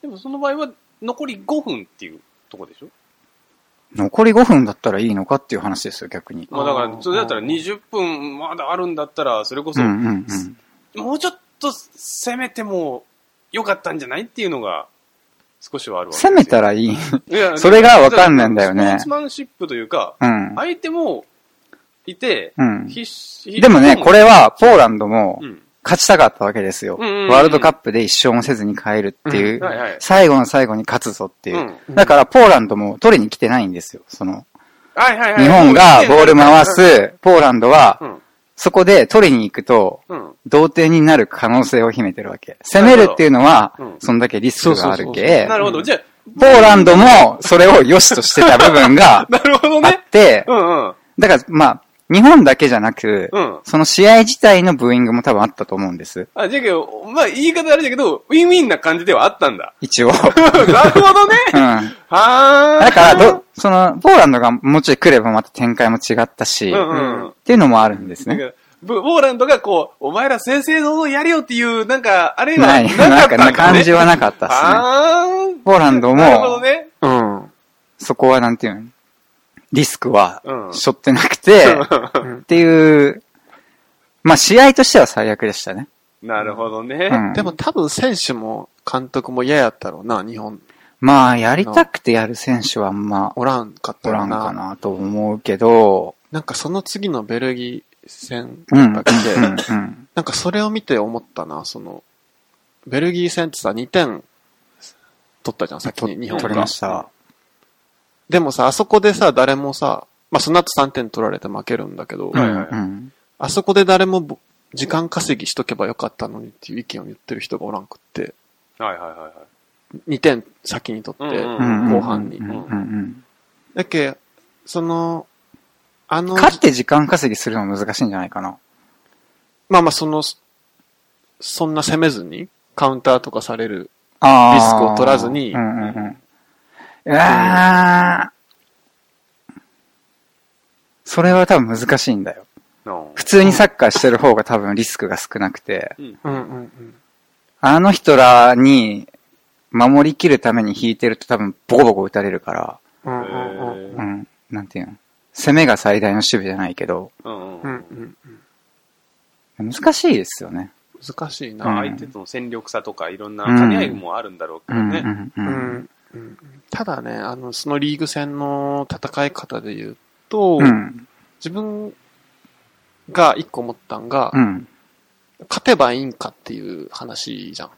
Speaker 2: でもその場合は、残り5分っていうとこでしょ
Speaker 1: う。残り5分だったらいいのかっていう話ですよ、逆に。
Speaker 2: まあだか
Speaker 3: あー
Speaker 2: ら、それだったら20分まだあるんだったら、それこ
Speaker 1: う
Speaker 2: そ、
Speaker 1: んうんうん。
Speaker 2: もうちょっと攻めてもよかったんじゃないっていうのが、少しはあるわけですよ
Speaker 1: 攻めたらいい。
Speaker 2: いや
Speaker 1: それがわかんないんだよね
Speaker 2: スポーツマンシップというか、
Speaker 1: うん。
Speaker 2: 相手もいて、
Speaker 1: うん。
Speaker 2: 必死
Speaker 1: でもね、こ、れはポーランドも
Speaker 2: うん。
Speaker 1: 勝ちたかったわけですよ。
Speaker 2: うんうんうん
Speaker 1: ワールドカップで一勝もせずに帰るっていう、
Speaker 3: うん
Speaker 2: はいはい
Speaker 1: 最後の最後に勝つぞっていう。
Speaker 2: うん
Speaker 1: だからポーランドも取りに来てないんですよ。その、
Speaker 2: はいはいはい。
Speaker 1: 日本がボール回す、ポーランド
Speaker 2: う
Speaker 1: は、
Speaker 2: ん。
Speaker 1: そこで取りに行くと、
Speaker 2: うん。
Speaker 1: 同点になる可能性を秘めてるわけ。攻めるっていうのは
Speaker 2: う、ん
Speaker 1: そんだけリスクがある
Speaker 3: そうそうそ
Speaker 1: け
Speaker 3: う
Speaker 2: な、るほど。じゃあ、
Speaker 1: ポーランドもそれを良しとしてた部分 が
Speaker 2: なるほど
Speaker 1: あ
Speaker 2: ね
Speaker 1: っ。て
Speaker 2: う、んうん。
Speaker 1: だからまあ、日本だけじゃなく
Speaker 2: うん、
Speaker 1: その試合自体のブーイングも多分あったと思うんです。
Speaker 2: あ、じゃけど、まあ言い方あれだけど、ウィンウィンな感じではあったんだ。
Speaker 1: 一応。
Speaker 2: なるほどね。
Speaker 1: うん。
Speaker 2: はー
Speaker 1: だから、ど、その、ポーランドがもうちょい来ればまた展開も違ったし、
Speaker 2: うんうん
Speaker 1: っていうのもあるんです
Speaker 2: なん
Speaker 1: ね。
Speaker 2: か、ブポーランドがこう、お前ら正々堂々やれよっていう、なんか、あれは
Speaker 1: ない、
Speaker 2: なか
Speaker 1: な
Speaker 2: っ
Speaker 1: んか
Speaker 2: たんだね。
Speaker 1: 感じはなかったですね。
Speaker 2: あー
Speaker 1: ポーランド
Speaker 2: なるほど
Speaker 1: も、
Speaker 2: ね。
Speaker 3: うん。
Speaker 1: そこはなんていうのリスクは
Speaker 2: うん
Speaker 1: 背負ってなくて、っていう、まあ試合としては最悪でしたね。
Speaker 2: なるほどね。
Speaker 1: うん
Speaker 3: でも多分選手も監督も嫌やったろうな、日本
Speaker 1: まあやりたくてやる選手はあんま
Speaker 3: おらんかった
Speaker 1: お
Speaker 3: ろ
Speaker 1: ら
Speaker 3: うん
Speaker 1: か
Speaker 3: な。
Speaker 1: なと思うけど、
Speaker 3: なんかその次のベルギー戦
Speaker 1: うん、うん、
Speaker 3: だ
Speaker 1: う
Speaker 3: っけ、
Speaker 1: んうん。
Speaker 3: なんかそれを見て思ったな、その、ベルギー戦ってさ、2点取ったじゃん、先に日本が。
Speaker 1: 取りました。
Speaker 3: でもさ、あそこでさ、誰もさ、まあその後3点取られて負けるんだけど、
Speaker 1: うん、
Speaker 2: はいうはい
Speaker 1: ん。
Speaker 3: あそこで誰もぼ時間稼ぎしとけばよかったのにっていう意見を言ってる人がおらんくって、
Speaker 2: はいはいはいはい。
Speaker 3: 2点先に取って、
Speaker 2: うん
Speaker 1: うんうんうん
Speaker 3: 後半に
Speaker 1: うん、うん、
Speaker 3: だっけ、その、あ
Speaker 1: う
Speaker 3: の
Speaker 1: ん。、勝って時間稼ぎするのは難しいんじゃないかな。
Speaker 3: まあまあその、そんな攻めずに、カウンターとかされる。
Speaker 1: あー
Speaker 3: リスクを取らずに
Speaker 1: うんうんうん。うわーそれは多分難しいんだよ。
Speaker 2: の
Speaker 1: 普通にサッカーしてる方が多分リスクが少なくて、
Speaker 2: うん。
Speaker 3: うんうんうん。
Speaker 1: あの人らに守りきるために引いてると多分ボコボコ打たれるから、
Speaker 3: うんうんうん。
Speaker 1: うん、なんていうの。攻めが最大の守備じゃないけど、
Speaker 2: うんう
Speaker 3: うんん
Speaker 2: う
Speaker 3: うんん
Speaker 1: 難しいですよね。
Speaker 3: 難しい
Speaker 1: うん
Speaker 3: な。
Speaker 2: 相手との戦力差とかいろんな兼ね合いもあるんだろうけ
Speaker 1: う
Speaker 2: ど
Speaker 1: んう
Speaker 2: ね。
Speaker 1: んう。
Speaker 3: うんんうんただね、あの、そのリーグ戦の戦い方で言うと、
Speaker 1: うん。
Speaker 3: 自分が一個思ったんが、
Speaker 1: うん。
Speaker 3: 勝てばいいんかっていう話じゃん。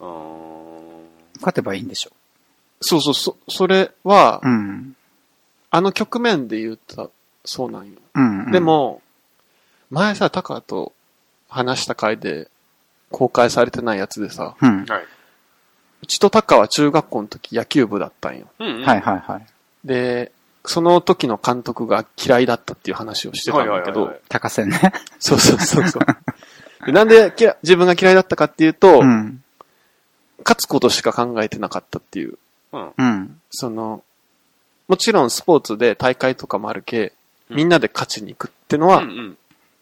Speaker 2: うーん
Speaker 1: 勝てばいいんでしょ。
Speaker 3: そうそう、そ、それは、
Speaker 1: うん。
Speaker 3: あの局面で言ったらそうなんよ。
Speaker 1: うん、うん。
Speaker 3: で、も、前さ、タカと話した回で公開されてないやつでさ、
Speaker 1: うん。
Speaker 2: はいう
Speaker 3: ちとタカは中学校の時野球部だったんよ。
Speaker 2: うんうん。
Speaker 1: はいはいはい。
Speaker 3: で、その時の監督が嫌いだったっていう話をしてたんだけ
Speaker 2: はいはいはいは
Speaker 3: ど
Speaker 2: い、
Speaker 1: 高線ね。
Speaker 3: そうそうそうそう。 でなんで嫌自分が嫌いだったかっていうと、
Speaker 1: うん。
Speaker 3: 勝つことしか考えてなかったっていう。
Speaker 2: うん。
Speaker 1: うん。
Speaker 3: その、もちろんスポーツで大会とかもあるけ、
Speaker 2: うん
Speaker 3: みんなで勝ちに行くっての
Speaker 2: う
Speaker 3: は
Speaker 2: んうん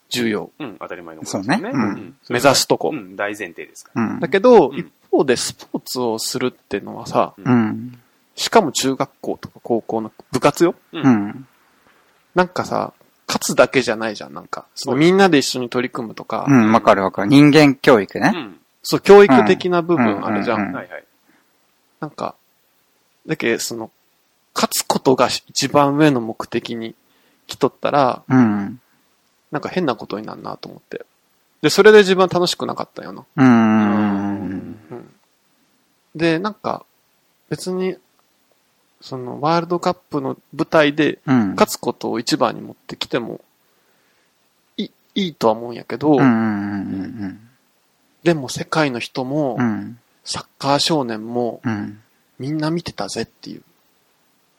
Speaker 3: 重要。
Speaker 2: うん。当たり前のこと
Speaker 1: そう
Speaker 2: ですよ
Speaker 1: ね。
Speaker 2: ね。
Speaker 1: う。
Speaker 2: うんん
Speaker 3: 目指すとこ。
Speaker 2: うん。大前提ですか
Speaker 1: うん。
Speaker 3: だけど、
Speaker 2: うん
Speaker 3: 一方でスポーツをするってのはさ、
Speaker 1: どうん。
Speaker 3: しかも中学校とか高校の部活よ。
Speaker 2: ら。
Speaker 1: う。ん。
Speaker 3: なんかさ、勝つだけじゃないじゃん、なんか。その
Speaker 2: そう
Speaker 3: みんなで一緒に取り組むとか、
Speaker 1: うん、わかるわかる。人間教育ね。
Speaker 3: そう、教育的な部分あるじゃ
Speaker 1: うんうん
Speaker 3: ん
Speaker 1: うん
Speaker 2: うん。はいはい。
Speaker 3: なんか、だけその、勝つことが一番上の目的に来とったら、
Speaker 1: うん。
Speaker 3: なんか変なことになるなと思って。で、それで自分は楽しくなかったよな。
Speaker 1: う。。
Speaker 2: うん
Speaker 3: うん。で、なんか、別に、その、ワールドカップの舞台で、
Speaker 1: うん。
Speaker 3: 勝つことを一番に持ってきても、いい、いいとは思うんやけど、
Speaker 1: うんうんうん
Speaker 3: でも世界の人も
Speaker 1: うん。う、ん。
Speaker 3: サッカー少年も、
Speaker 1: うん。
Speaker 3: みんな見てたぜってい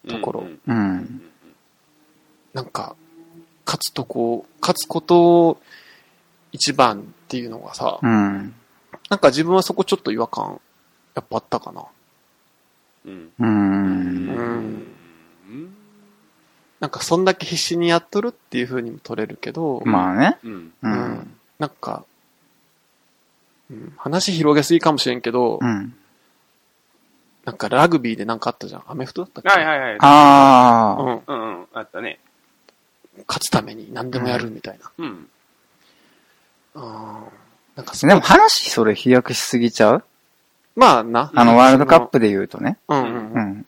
Speaker 3: う。ところ
Speaker 2: うん
Speaker 1: う。
Speaker 2: うんん
Speaker 3: なんか、勝つとこう、勝つことを一番っていうのがさ、
Speaker 1: うん。
Speaker 3: なんか自分はそこちょっと違和感、やっぱあったかな。
Speaker 2: うん。
Speaker 1: う。
Speaker 2: うん
Speaker 3: んなんかそんだけ必死にやっとるっていう風にも取れるけど、
Speaker 1: まあね。
Speaker 2: うん。
Speaker 1: う。
Speaker 3: うんんなんか、うん話広げすぎかもしれんけど、
Speaker 1: うん。
Speaker 3: なんかラグビーでなんかあったじゃん。アメフトだったっけ
Speaker 2: はいはいはい。
Speaker 1: ああ。
Speaker 3: うん、
Speaker 2: うんうん。あったね。
Speaker 3: 勝つために何でもやるみたいな。
Speaker 2: うん。
Speaker 3: うんなんかそ
Speaker 1: で
Speaker 3: の
Speaker 1: も話それ飛躍しすぎちゃう
Speaker 3: まあな。
Speaker 1: あの、ワールドカッ。プで言うとね。
Speaker 3: うんうん
Speaker 1: う
Speaker 3: うん。
Speaker 1: ん。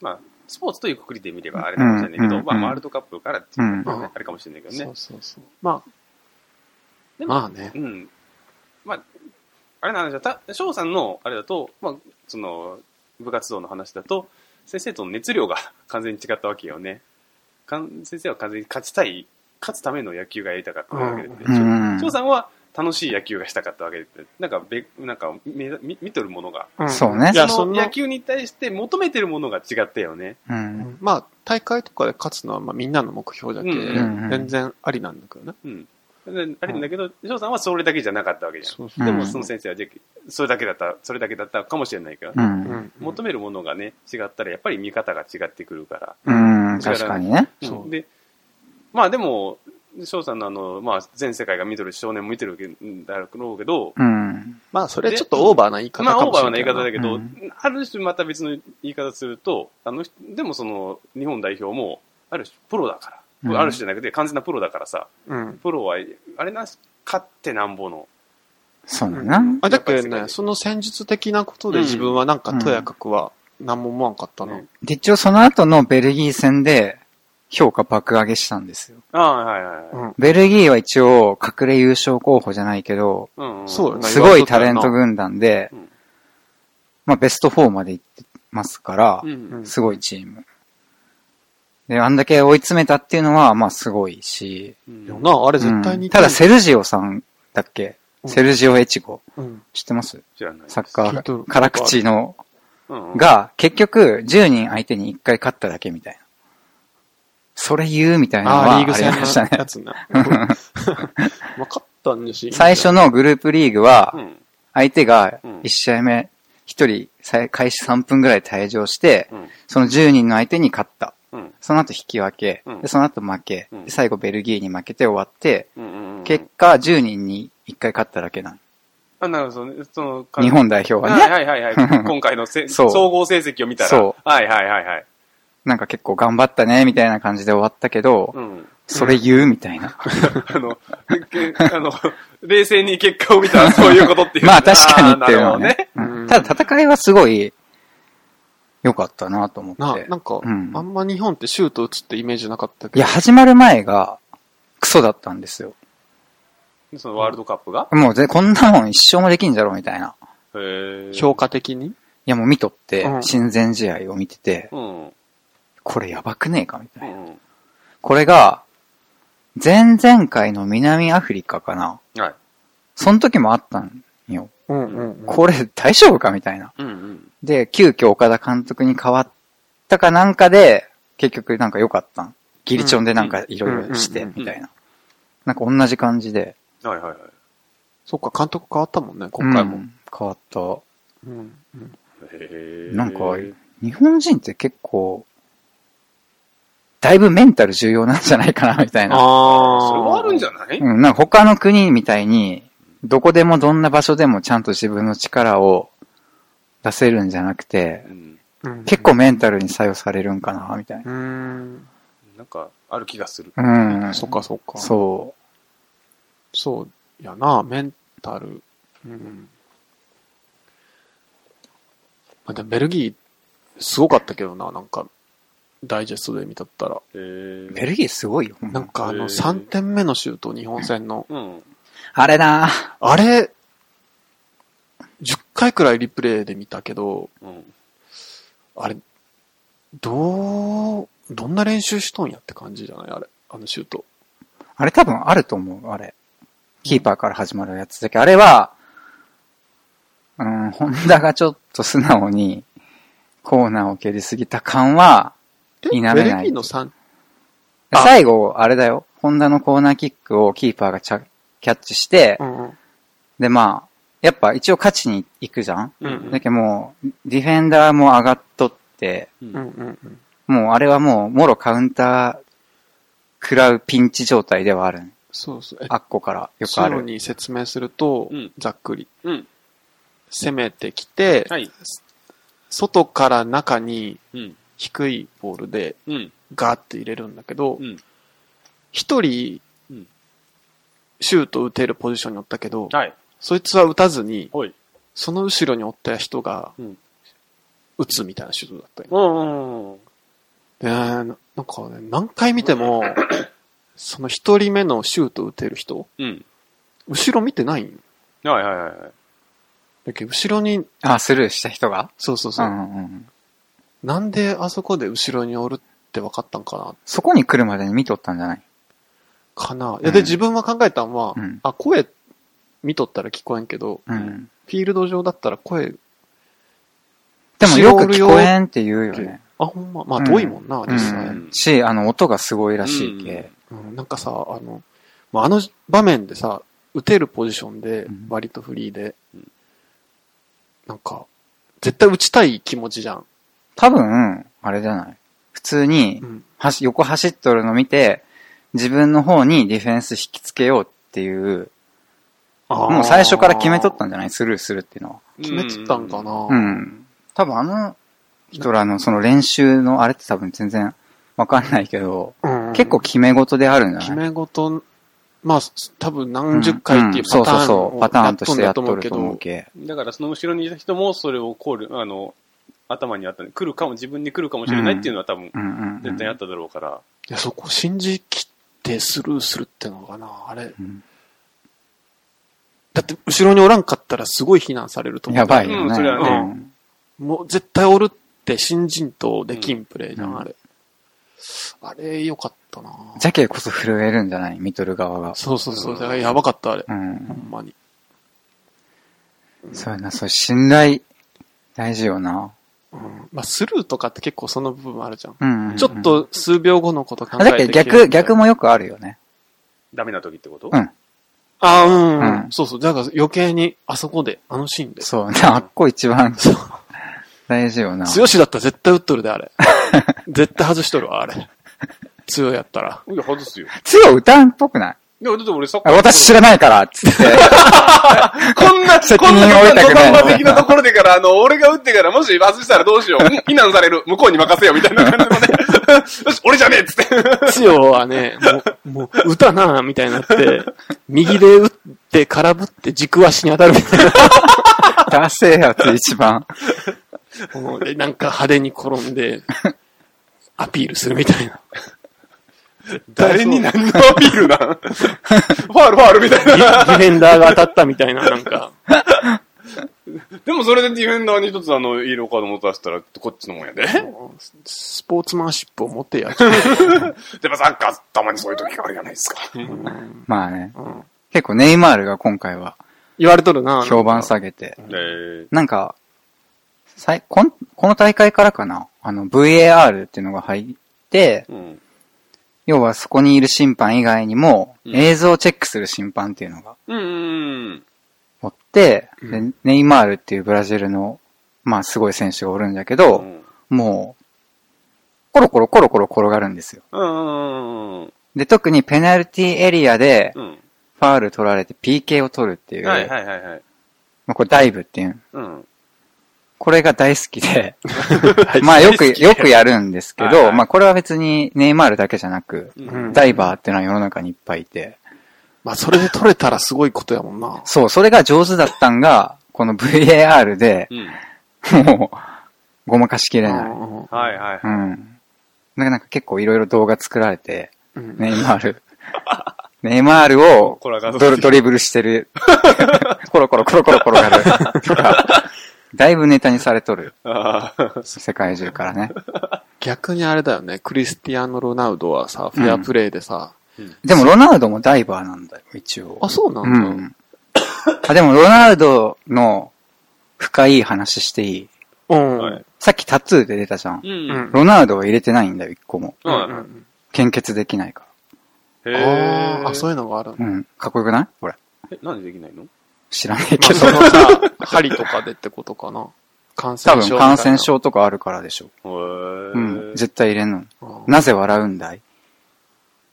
Speaker 2: まあ、スポーツというくくりで見ればあれかもしれない
Speaker 1: う
Speaker 2: け
Speaker 1: んう
Speaker 2: ど、
Speaker 1: ん
Speaker 2: まあ、ワールドカップからっていうのはね
Speaker 3: うん
Speaker 2: あれかもしれないけど
Speaker 3: そ
Speaker 2: ね
Speaker 3: う。そうそう。まあ、
Speaker 2: でも
Speaker 3: まあね。
Speaker 2: うん。まあ、あれの話だた、翔さんのあれだと、まあ、その、部活動の話だと、先生との熱量が 完全に違ったわけよね。かん先生は完全に勝ちたい、勝つための野球がやりたかったわけで、
Speaker 1: う
Speaker 2: 翔、
Speaker 1: ん。
Speaker 2: さんは楽しい野球がしたかったわけで、なんかべ、なんか見、見見とるものが、
Speaker 3: ん
Speaker 1: そうね
Speaker 3: いや、
Speaker 2: そ
Speaker 3: そ
Speaker 2: の
Speaker 3: の、
Speaker 2: 野球に対して求めてるものが違ったよね。
Speaker 1: う。
Speaker 3: うんんまあ、大会とかで勝つのは、まあ、みんなの目標じゃけ、
Speaker 2: うん
Speaker 1: うん
Speaker 3: 全然ありなんだけどね。
Speaker 2: うん。であれなんだけど、翔さんはそれだけじゃなかったわけじゃん。
Speaker 3: う
Speaker 1: うん
Speaker 2: でもその先生はじゃそれだけだった、それだけだったかもしれないから、
Speaker 1: う。
Speaker 3: うんん。
Speaker 2: 求めるものがね、違ったらやっぱり見方が違ってくるから。
Speaker 1: うん。確かにね。
Speaker 3: そう
Speaker 2: で、まあでも、で翔さんのあの、まあ、全世界が見てる少年も見てるわけだろうけど、
Speaker 1: うん。
Speaker 3: まあ、それちょっとオーバーな言い方
Speaker 2: まあ、
Speaker 3: か
Speaker 2: オー
Speaker 3: も
Speaker 2: バ
Speaker 3: し
Speaker 2: ー
Speaker 3: れ
Speaker 2: な
Speaker 3: な
Speaker 2: 言
Speaker 3: い
Speaker 2: い
Speaker 3: けど。
Speaker 2: 方だけど、
Speaker 1: う
Speaker 2: ある種また別の言い方すると、あの、でもその、日本代表も、ある種プロだから、
Speaker 1: うん
Speaker 2: ある種じゃなくて完全なプロだからさ、
Speaker 3: うん。
Speaker 2: プロは、あれな、勝ってなんぼの。
Speaker 1: そうだな。
Speaker 3: あ、だけどね、その戦術的なことで自分はなんか、とやかくは何も思わんかったな。
Speaker 2: うん
Speaker 1: で、一応その後のベルギー戦で評価爆上げしたんですよ。
Speaker 2: ああ、はいはいはい。
Speaker 3: う
Speaker 1: ベルギーは一応隠れ優勝候補じゃないけど、
Speaker 2: うんん
Speaker 3: そうよね
Speaker 1: すごいタレント軍団で
Speaker 2: うん、
Speaker 1: まあベスト4まで行ってますから
Speaker 2: う、ん。
Speaker 1: すごいチーム。で、あんだけ追い詰めたっていうのは、まあすごいし、
Speaker 2: うん
Speaker 3: ん。よな、あれ絶対
Speaker 1: う
Speaker 3: に
Speaker 1: んただセルジオさんだっけ
Speaker 3: うん
Speaker 1: セルジオエチゴ。
Speaker 3: うん。
Speaker 1: 知ってます
Speaker 2: 知らないです。
Speaker 1: サッカ
Speaker 3: 聞いと
Speaker 1: ー
Speaker 3: る
Speaker 1: が、辛口の、
Speaker 2: うんうん、
Speaker 1: が、結局、10人相手に1回勝っただけみたいな。それ言うみたいなのは
Speaker 3: ああ、
Speaker 1: あ
Speaker 3: リー
Speaker 1: り
Speaker 3: グ
Speaker 1: ま
Speaker 3: 戦
Speaker 1: したね
Speaker 3: の。やつ な。分かったんですよ。
Speaker 1: 最初のグループリーグは
Speaker 2: う、ん。
Speaker 1: 相手が
Speaker 2: うん
Speaker 1: 1試合目、1人最、開始3分ぐらいで退場して、
Speaker 2: うん。
Speaker 1: その10人の相手に勝った。
Speaker 2: うん。
Speaker 1: その後引き分け
Speaker 2: うん、
Speaker 1: でその後負け
Speaker 2: う、ん
Speaker 1: で最後ベルギーに負けて終わって、
Speaker 2: うんうん。うん
Speaker 1: 結果10人に1回勝っただけな
Speaker 2: あ、なるほどね。その、
Speaker 1: の。日本代表は
Speaker 2: はい
Speaker 1: ね、
Speaker 2: はいはいはい。 今回のせ
Speaker 1: そう
Speaker 2: 総合成績を見たら。。
Speaker 1: そう
Speaker 2: はいはいはいはい。
Speaker 1: なんか結構頑張ったね、みたいな感じで終わったけど
Speaker 2: う、ん。
Speaker 1: それ言うみたいな。
Speaker 2: あの、けあの、冷静に結果を見たらそういうことってい う。
Speaker 1: まあ確かにっていうのは
Speaker 2: あーなる
Speaker 1: ね。
Speaker 3: ほどね
Speaker 1: うんただ戦いはすごい良かったなと思っ
Speaker 3: な、
Speaker 1: て
Speaker 3: な。んか、
Speaker 1: うん
Speaker 3: あんま日本ってシュート打つってイメージなかったけど。
Speaker 1: いや、始まる前がクソだったんですよ。
Speaker 2: ほどね。そのワールドカップが
Speaker 1: もうぜこんなもん一生もできんじゃろうみたいな。い
Speaker 2: へー
Speaker 3: 評価的に
Speaker 1: やもう見とって
Speaker 3: う、ん
Speaker 1: 親善試合を見てて、
Speaker 2: うん。うん
Speaker 1: これやばくねえかみた
Speaker 2: う
Speaker 1: いな。
Speaker 2: ん。
Speaker 1: これが、前々回の南アフリカかな。
Speaker 2: はい。
Speaker 1: その時もあったんよ。
Speaker 3: うんうんうん。
Speaker 1: これ大丈夫かみたいな。
Speaker 2: うんうん。
Speaker 1: で、急遽岡田監督に変わったかなんかで、結局なんか良かったん。ギリチョンでなんかいろいろし
Speaker 3: う
Speaker 1: て
Speaker 3: ん、
Speaker 1: みたいな。なんか同じ感じで。
Speaker 2: はいはいはい。
Speaker 3: そっか、監督変わったもんね、今回
Speaker 1: う
Speaker 3: も。
Speaker 1: ん変わった。
Speaker 3: うん。うん
Speaker 2: へー
Speaker 1: なんか、日本人って結構、だいぶメンタル重要なんじゃないかな、みたいな。
Speaker 3: あー
Speaker 2: それはあるんじゃない
Speaker 1: うん、なんか他の国みたいに、どこでもどんな場所でもちゃんと自分の力を出せるんじゃなくて
Speaker 2: う、ん。
Speaker 3: うん
Speaker 1: 結構メンタルに作用されるんかな、みたいう
Speaker 3: ーん。
Speaker 2: なんか、ある気がする。
Speaker 1: な。うん。
Speaker 3: そっかそっか。そう。
Speaker 1: そう。
Speaker 3: そうやな、メンタル。うん。まあ、でもベルギー、すごかったけどな、なんか、ダイジェストで見たったら。
Speaker 2: へー
Speaker 1: ベルギーすごいよ。ほんと
Speaker 3: なんか
Speaker 2: へ
Speaker 3: あ
Speaker 2: ー
Speaker 3: の、3点目のシュート、日本戦の。
Speaker 2: うん。
Speaker 1: あれな
Speaker 3: あれ、10回くらいリプレイで見たけど、
Speaker 2: うん。
Speaker 3: あれ、どう、どんな練習しとんやって感じじゃないあれ、あのシュート。
Speaker 1: あれ多分あると思う、あれ。キーパーから始まるやつだけど、あれは、うん、ホンダがちょっと素直にコーナーを蹴りすぎた感は、
Speaker 3: え
Speaker 1: 否め
Speaker 3: ベ
Speaker 1: ない
Speaker 3: ルギーの3、あ
Speaker 1: 最後、あれだよ。ホンダのコーナーキックをキーパーがちゃキャッチして
Speaker 3: う、んうん。
Speaker 1: で、まあ、やっぱ一応勝ちに行くじゃん
Speaker 2: うんうん
Speaker 1: だけどもう、ディフェンダーも上がっとって、
Speaker 2: うん
Speaker 3: うんうんうん。
Speaker 1: もうあれはもう、もろカウンター、食らうピンチ状態ではあるね。
Speaker 3: そうそう。え
Speaker 1: あっこからよく
Speaker 3: ソ
Speaker 1: あ
Speaker 3: ロ
Speaker 1: る。
Speaker 3: に説明すると、
Speaker 2: うん
Speaker 3: ざっくり。
Speaker 2: うん。
Speaker 3: 攻めてきて、
Speaker 2: はい。
Speaker 3: 外から中に
Speaker 2: うん。
Speaker 3: 低いボールで
Speaker 2: うん。
Speaker 3: ガーって入れるんだけど
Speaker 2: うん、
Speaker 3: 一、人
Speaker 2: うん、
Speaker 3: シュート打てるポジションにおったけど、
Speaker 2: はい。
Speaker 3: そいつは打たずに、
Speaker 2: ほい。
Speaker 3: その後ろにおった人が
Speaker 2: うん、
Speaker 3: 打つみたいなシュートだったよ
Speaker 2: うんうんうん。
Speaker 3: えーななんかね、何回見 ても、その一人目のシュート打てる人、
Speaker 2: うん。
Speaker 3: 後ろ見てないん
Speaker 2: はいはいはいはい。
Speaker 3: だけど、後ろに、
Speaker 1: あ、スルーした人が
Speaker 3: そうそう
Speaker 1: う
Speaker 3: そう、
Speaker 1: んうんうん。
Speaker 3: なんであそこで後ろにおるって分かったんかな、
Speaker 1: そこに来るまでに見とったんじゃない
Speaker 3: かな。いや、で、
Speaker 1: うん
Speaker 3: 自分は考えたんは、
Speaker 1: うん
Speaker 3: あ、声見とったら聞こえんけど、
Speaker 1: うん。
Speaker 3: フィールド上だったら声、
Speaker 1: でもよく聞
Speaker 3: しおるよ
Speaker 1: こえんって言うよね。
Speaker 3: あ、ほんま、まあ、
Speaker 1: うん
Speaker 3: 遠いもんな、
Speaker 1: う
Speaker 3: 実際、
Speaker 1: ん。し、あの、音がすごいらしいけ。
Speaker 3: うんなんかさ、あの、まあ、あの場面でさ、打てるポジションで
Speaker 1: うん、
Speaker 3: 割とフリーで、
Speaker 2: うん
Speaker 3: なんか、絶対打ちたい気持ちじゃん。
Speaker 1: 多分、あれじゃない普通に
Speaker 3: う、ん。
Speaker 1: はし横走っとるの見て、自分の方にディフェンス引きつけようっていう、
Speaker 3: あー
Speaker 1: もう最初から決めとったんじゃないスルーするっていうのは。
Speaker 2: 決
Speaker 3: 決めとったんかな、
Speaker 1: うん。多分あの人らのその練習のあれって多分全然わかんないけど、
Speaker 3: うん
Speaker 1: 結構決め事であるんじ
Speaker 3: 決
Speaker 1: ゃない
Speaker 3: め事、まあ、多分何十回っていうパタ
Speaker 1: うんうんそうそう
Speaker 3: ー
Speaker 1: そ
Speaker 3: ン
Speaker 1: う、
Speaker 3: を
Speaker 1: パターンとしてや
Speaker 3: や
Speaker 1: っ
Speaker 3: っ
Speaker 1: と
Speaker 3: とん
Speaker 1: る
Speaker 3: だ
Speaker 1: と
Speaker 3: と
Speaker 1: 思
Speaker 3: 思
Speaker 1: う
Speaker 3: うけ
Speaker 1: け。
Speaker 2: だからその後ろにいた人もそれをコール、あの、頭にあったんで、来るかも、自分に来るかもしれないっていうのは多分
Speaker 1: う、んうん、うん
Speaker 2: 絶対あっただろうから、
Speaker 3: どいや、そこ信じ切ってスルーするってのかな、あれ。
Speaker 1: うん
Speaker 3: だって、後ろにおらんかったらすごい非難されると思う。
Speaker 1: やばいよね。
Speaker 2: うんそれは
Speaker 3: ねもう絶対おるって新人とできんプレーじゃん、
Speaker 1: うん
Speaker 3: あれ。あれ、よかったな
Speaker 1: ジャケこそ震えるんじゃないミドル側が。
Speaker 3: そうそうそう、だからやばかった、あれ。
Speaker 1: う
Speaker 3: ほ
Speaker 1: ん。
Speaker 3: んまに。
Speaker 1: そうやな、そう、信頼、大事よな。
Speaker 3: うんまあ、スルーとかって結構その部分あるじゃん。
Speaker 1: うん、うん。
Speaker 3: ちょっ、と数秒後のこと考
Speaker 1: だ
Speaker 3: えて
Speaker 1: け
Speaker 3: き
Speaker 1: ど
Speaker 3: る
Speaker 1: 逆、逆。もよくあるよね。
Speaker 2: ダメな時ってこと
Speaker 1: うん
Speaker 3: ああ、うん、
Speaker 1: うん
Speaker 3: そうそう。だから余計に、あそこで、あのシーンで。
Speaker 1: そう、 あっこ一番
Speaker 3: そう。
Speaker 1: 大事よな。
Speaker 3: 強しだったら絶対打っとるで、 あれ。絶対外しとるわ、あれ。強いやったら。
Speaker 2: いや、外すよ。
Speaker 1: 強歌うっぽくない
Speaker 2: いや、だって俺サッカ
Speaker 1: あ
Speaker 2: ー。
Speaker 1: 私知らないから、つって。
Speaker 2: こんな、
Speaker 1: 責
Speaker 2: こん
Speaker 1: 任
Speaker 2: な
Speaker 1: を負いたくない
Speaker 2: 土壇場的なところでから、あの、俺が打ってから、もし外したらどうしよう。うん非難される。向こうに任せよ、みたいな感じのね。 よし、俺じゃねえっつって。
Speaker 3: 強はね、もう、もう、打たな、みたいになって、右で打って、空振って、軸足に当たるみたい
Speaker 1: ダセえやつ一番。
Speaker 3: な。もうで、なんか派手に転んで、アピールするみたいな。
Speaker 2: 誰に何のアピールな ファール、ファールみたい
Speaker 3: ディデ
Speaker 2: な。
Speaker 3: ィフェンダーが当たったみたいな、なんか。
Speaker 2: でもそれでディフェンダーに一つあの、イエローカード持たせたら、こっちのもんやで。
Speaker 3: もうススポーツマンシップを持ってやっちゃう。
Speaker 2: でもサッカー、たまにそういう時があるじゃないですか。
Speaker 3: うん
Speaker 1: まあね。
Speaker 3: うん
Speaker 1: 結構ネイマールが今回は
Speaker 3: 言われとるな。
Speaker 1: 評判下げて。
Speaker 2: えー、
Speaker 1: なんか、さいこんこの大会からかなあの VAR っていうのが入って、
Speaker 2: うん。
Speaker 1: 要はそこにいる審判以外にも
Speaker 2: うん
Speaker 1: 映像をチェックする審判っていうのが
Speaker 2: うんうん
Speaker 1: おって、
Speaker 3: う
Speaker 1: でネイマールっていうブラジルの、まあすごい選手がおるんだけ
Speaker 2: う
Speaker 1: ど、
Speaker 2: ん。
Speaker 1: もう、コロコロコロコロ転がるんですよ。
Speaker 2: うん。うん。
Speaker 1: で、特にペナルティエリアで
Speaker 2: う、ん。
Speaker 1: ファール取られて PK を取るっていう、
Speaker 2: はいはいはいはい。
Speaker 1: まあこれダイブっていう。
Speaker 2: うん。
Speaker 1: これが大好きで、
Speaker 3: はい
Speaker 1: まあよく、よくやるんですけ
Speaker 2: はいは
Speaker 1: ど、
Speaker 2: い
Speaker 1: まあこれは別にネイマールだけじゃなく、
Speaker 2: うん
Speaker 1: ダイバーっていうのは世の中にいっぱいいて、
Speaker 3: まあ、それで取れたらすごいことやもんな。
Speaker 1: そう、それが上手だったんが、この VAR で、
Speaker 2: うん。
Speaker 1: もう、ごまかしきれ
Speaker 3: う
Speaker 1: ない。
Speaker 3: んうん
Speaker 2: はいはい。
Speaker 1: うん。なんかなんか結構いろいろ動画作られて、
Speaker 3: うん
Speaker 1: ネイマ ール。ネイマールを
Speaker 2: これが
Speaker 1: ドルドリブルして る。コロコロコロコロ転がる。とか、だいぶネタにされとる。
Speaker 2: ああ。
Speaker 1: 世界中からね。
Speaker 3: 逆にあれだよね、クリスティアーノ・ロナウドはさ、フェアプレーでさ、
Speaker 1: でもロナウドもダイバーなんだよ、一応。
Speaker 3: あ、そうな
Speaker 1: うん
Speaker 3: だ。
Speaker 1: ん。あ、でもロナウドの深い話していい
Speaker 3: うん。
Speaker 2: はいう
Speaker 1: さっきタトゥーで出たじゃん
Speaker 2: う。ん。
Speaker 3: うん
Speaker 1: ロナウドは入れてないんだよ、一個も。
Speaker 3: う
Speaker 2: うんん。
Speaker 3: うん
Speaker 1: 献血できないか
Speaker 2: へ
Speaker 3: うんあーあ、そう
Speaker 2: う
Speaker 3: いうのがあるんだ
Speaker 1: ら。うん。かっこよくないこれ。
Speaker 2: え、なんでできないの
Speaker 1: 知らない
Speaker 3: ま
Speaker 1: け
Speaker 3: あ、
Speaker 1: ど
Speaker 3: そ。のさ、 針とかでってことかな。感染
Speaker 1: 多
Speaker 3: 症みたい
Speaker 1: 分
Speaker 3: な。
Speaker 1: 感染症とかあるからでしょ。
Speaker 2: へ
Speaker 1: う
Speaker 2: ー
Speaker 1: ん。絶対入れんの。
Speaker 3: うん。
Speaker 1: なぜ笑うんだい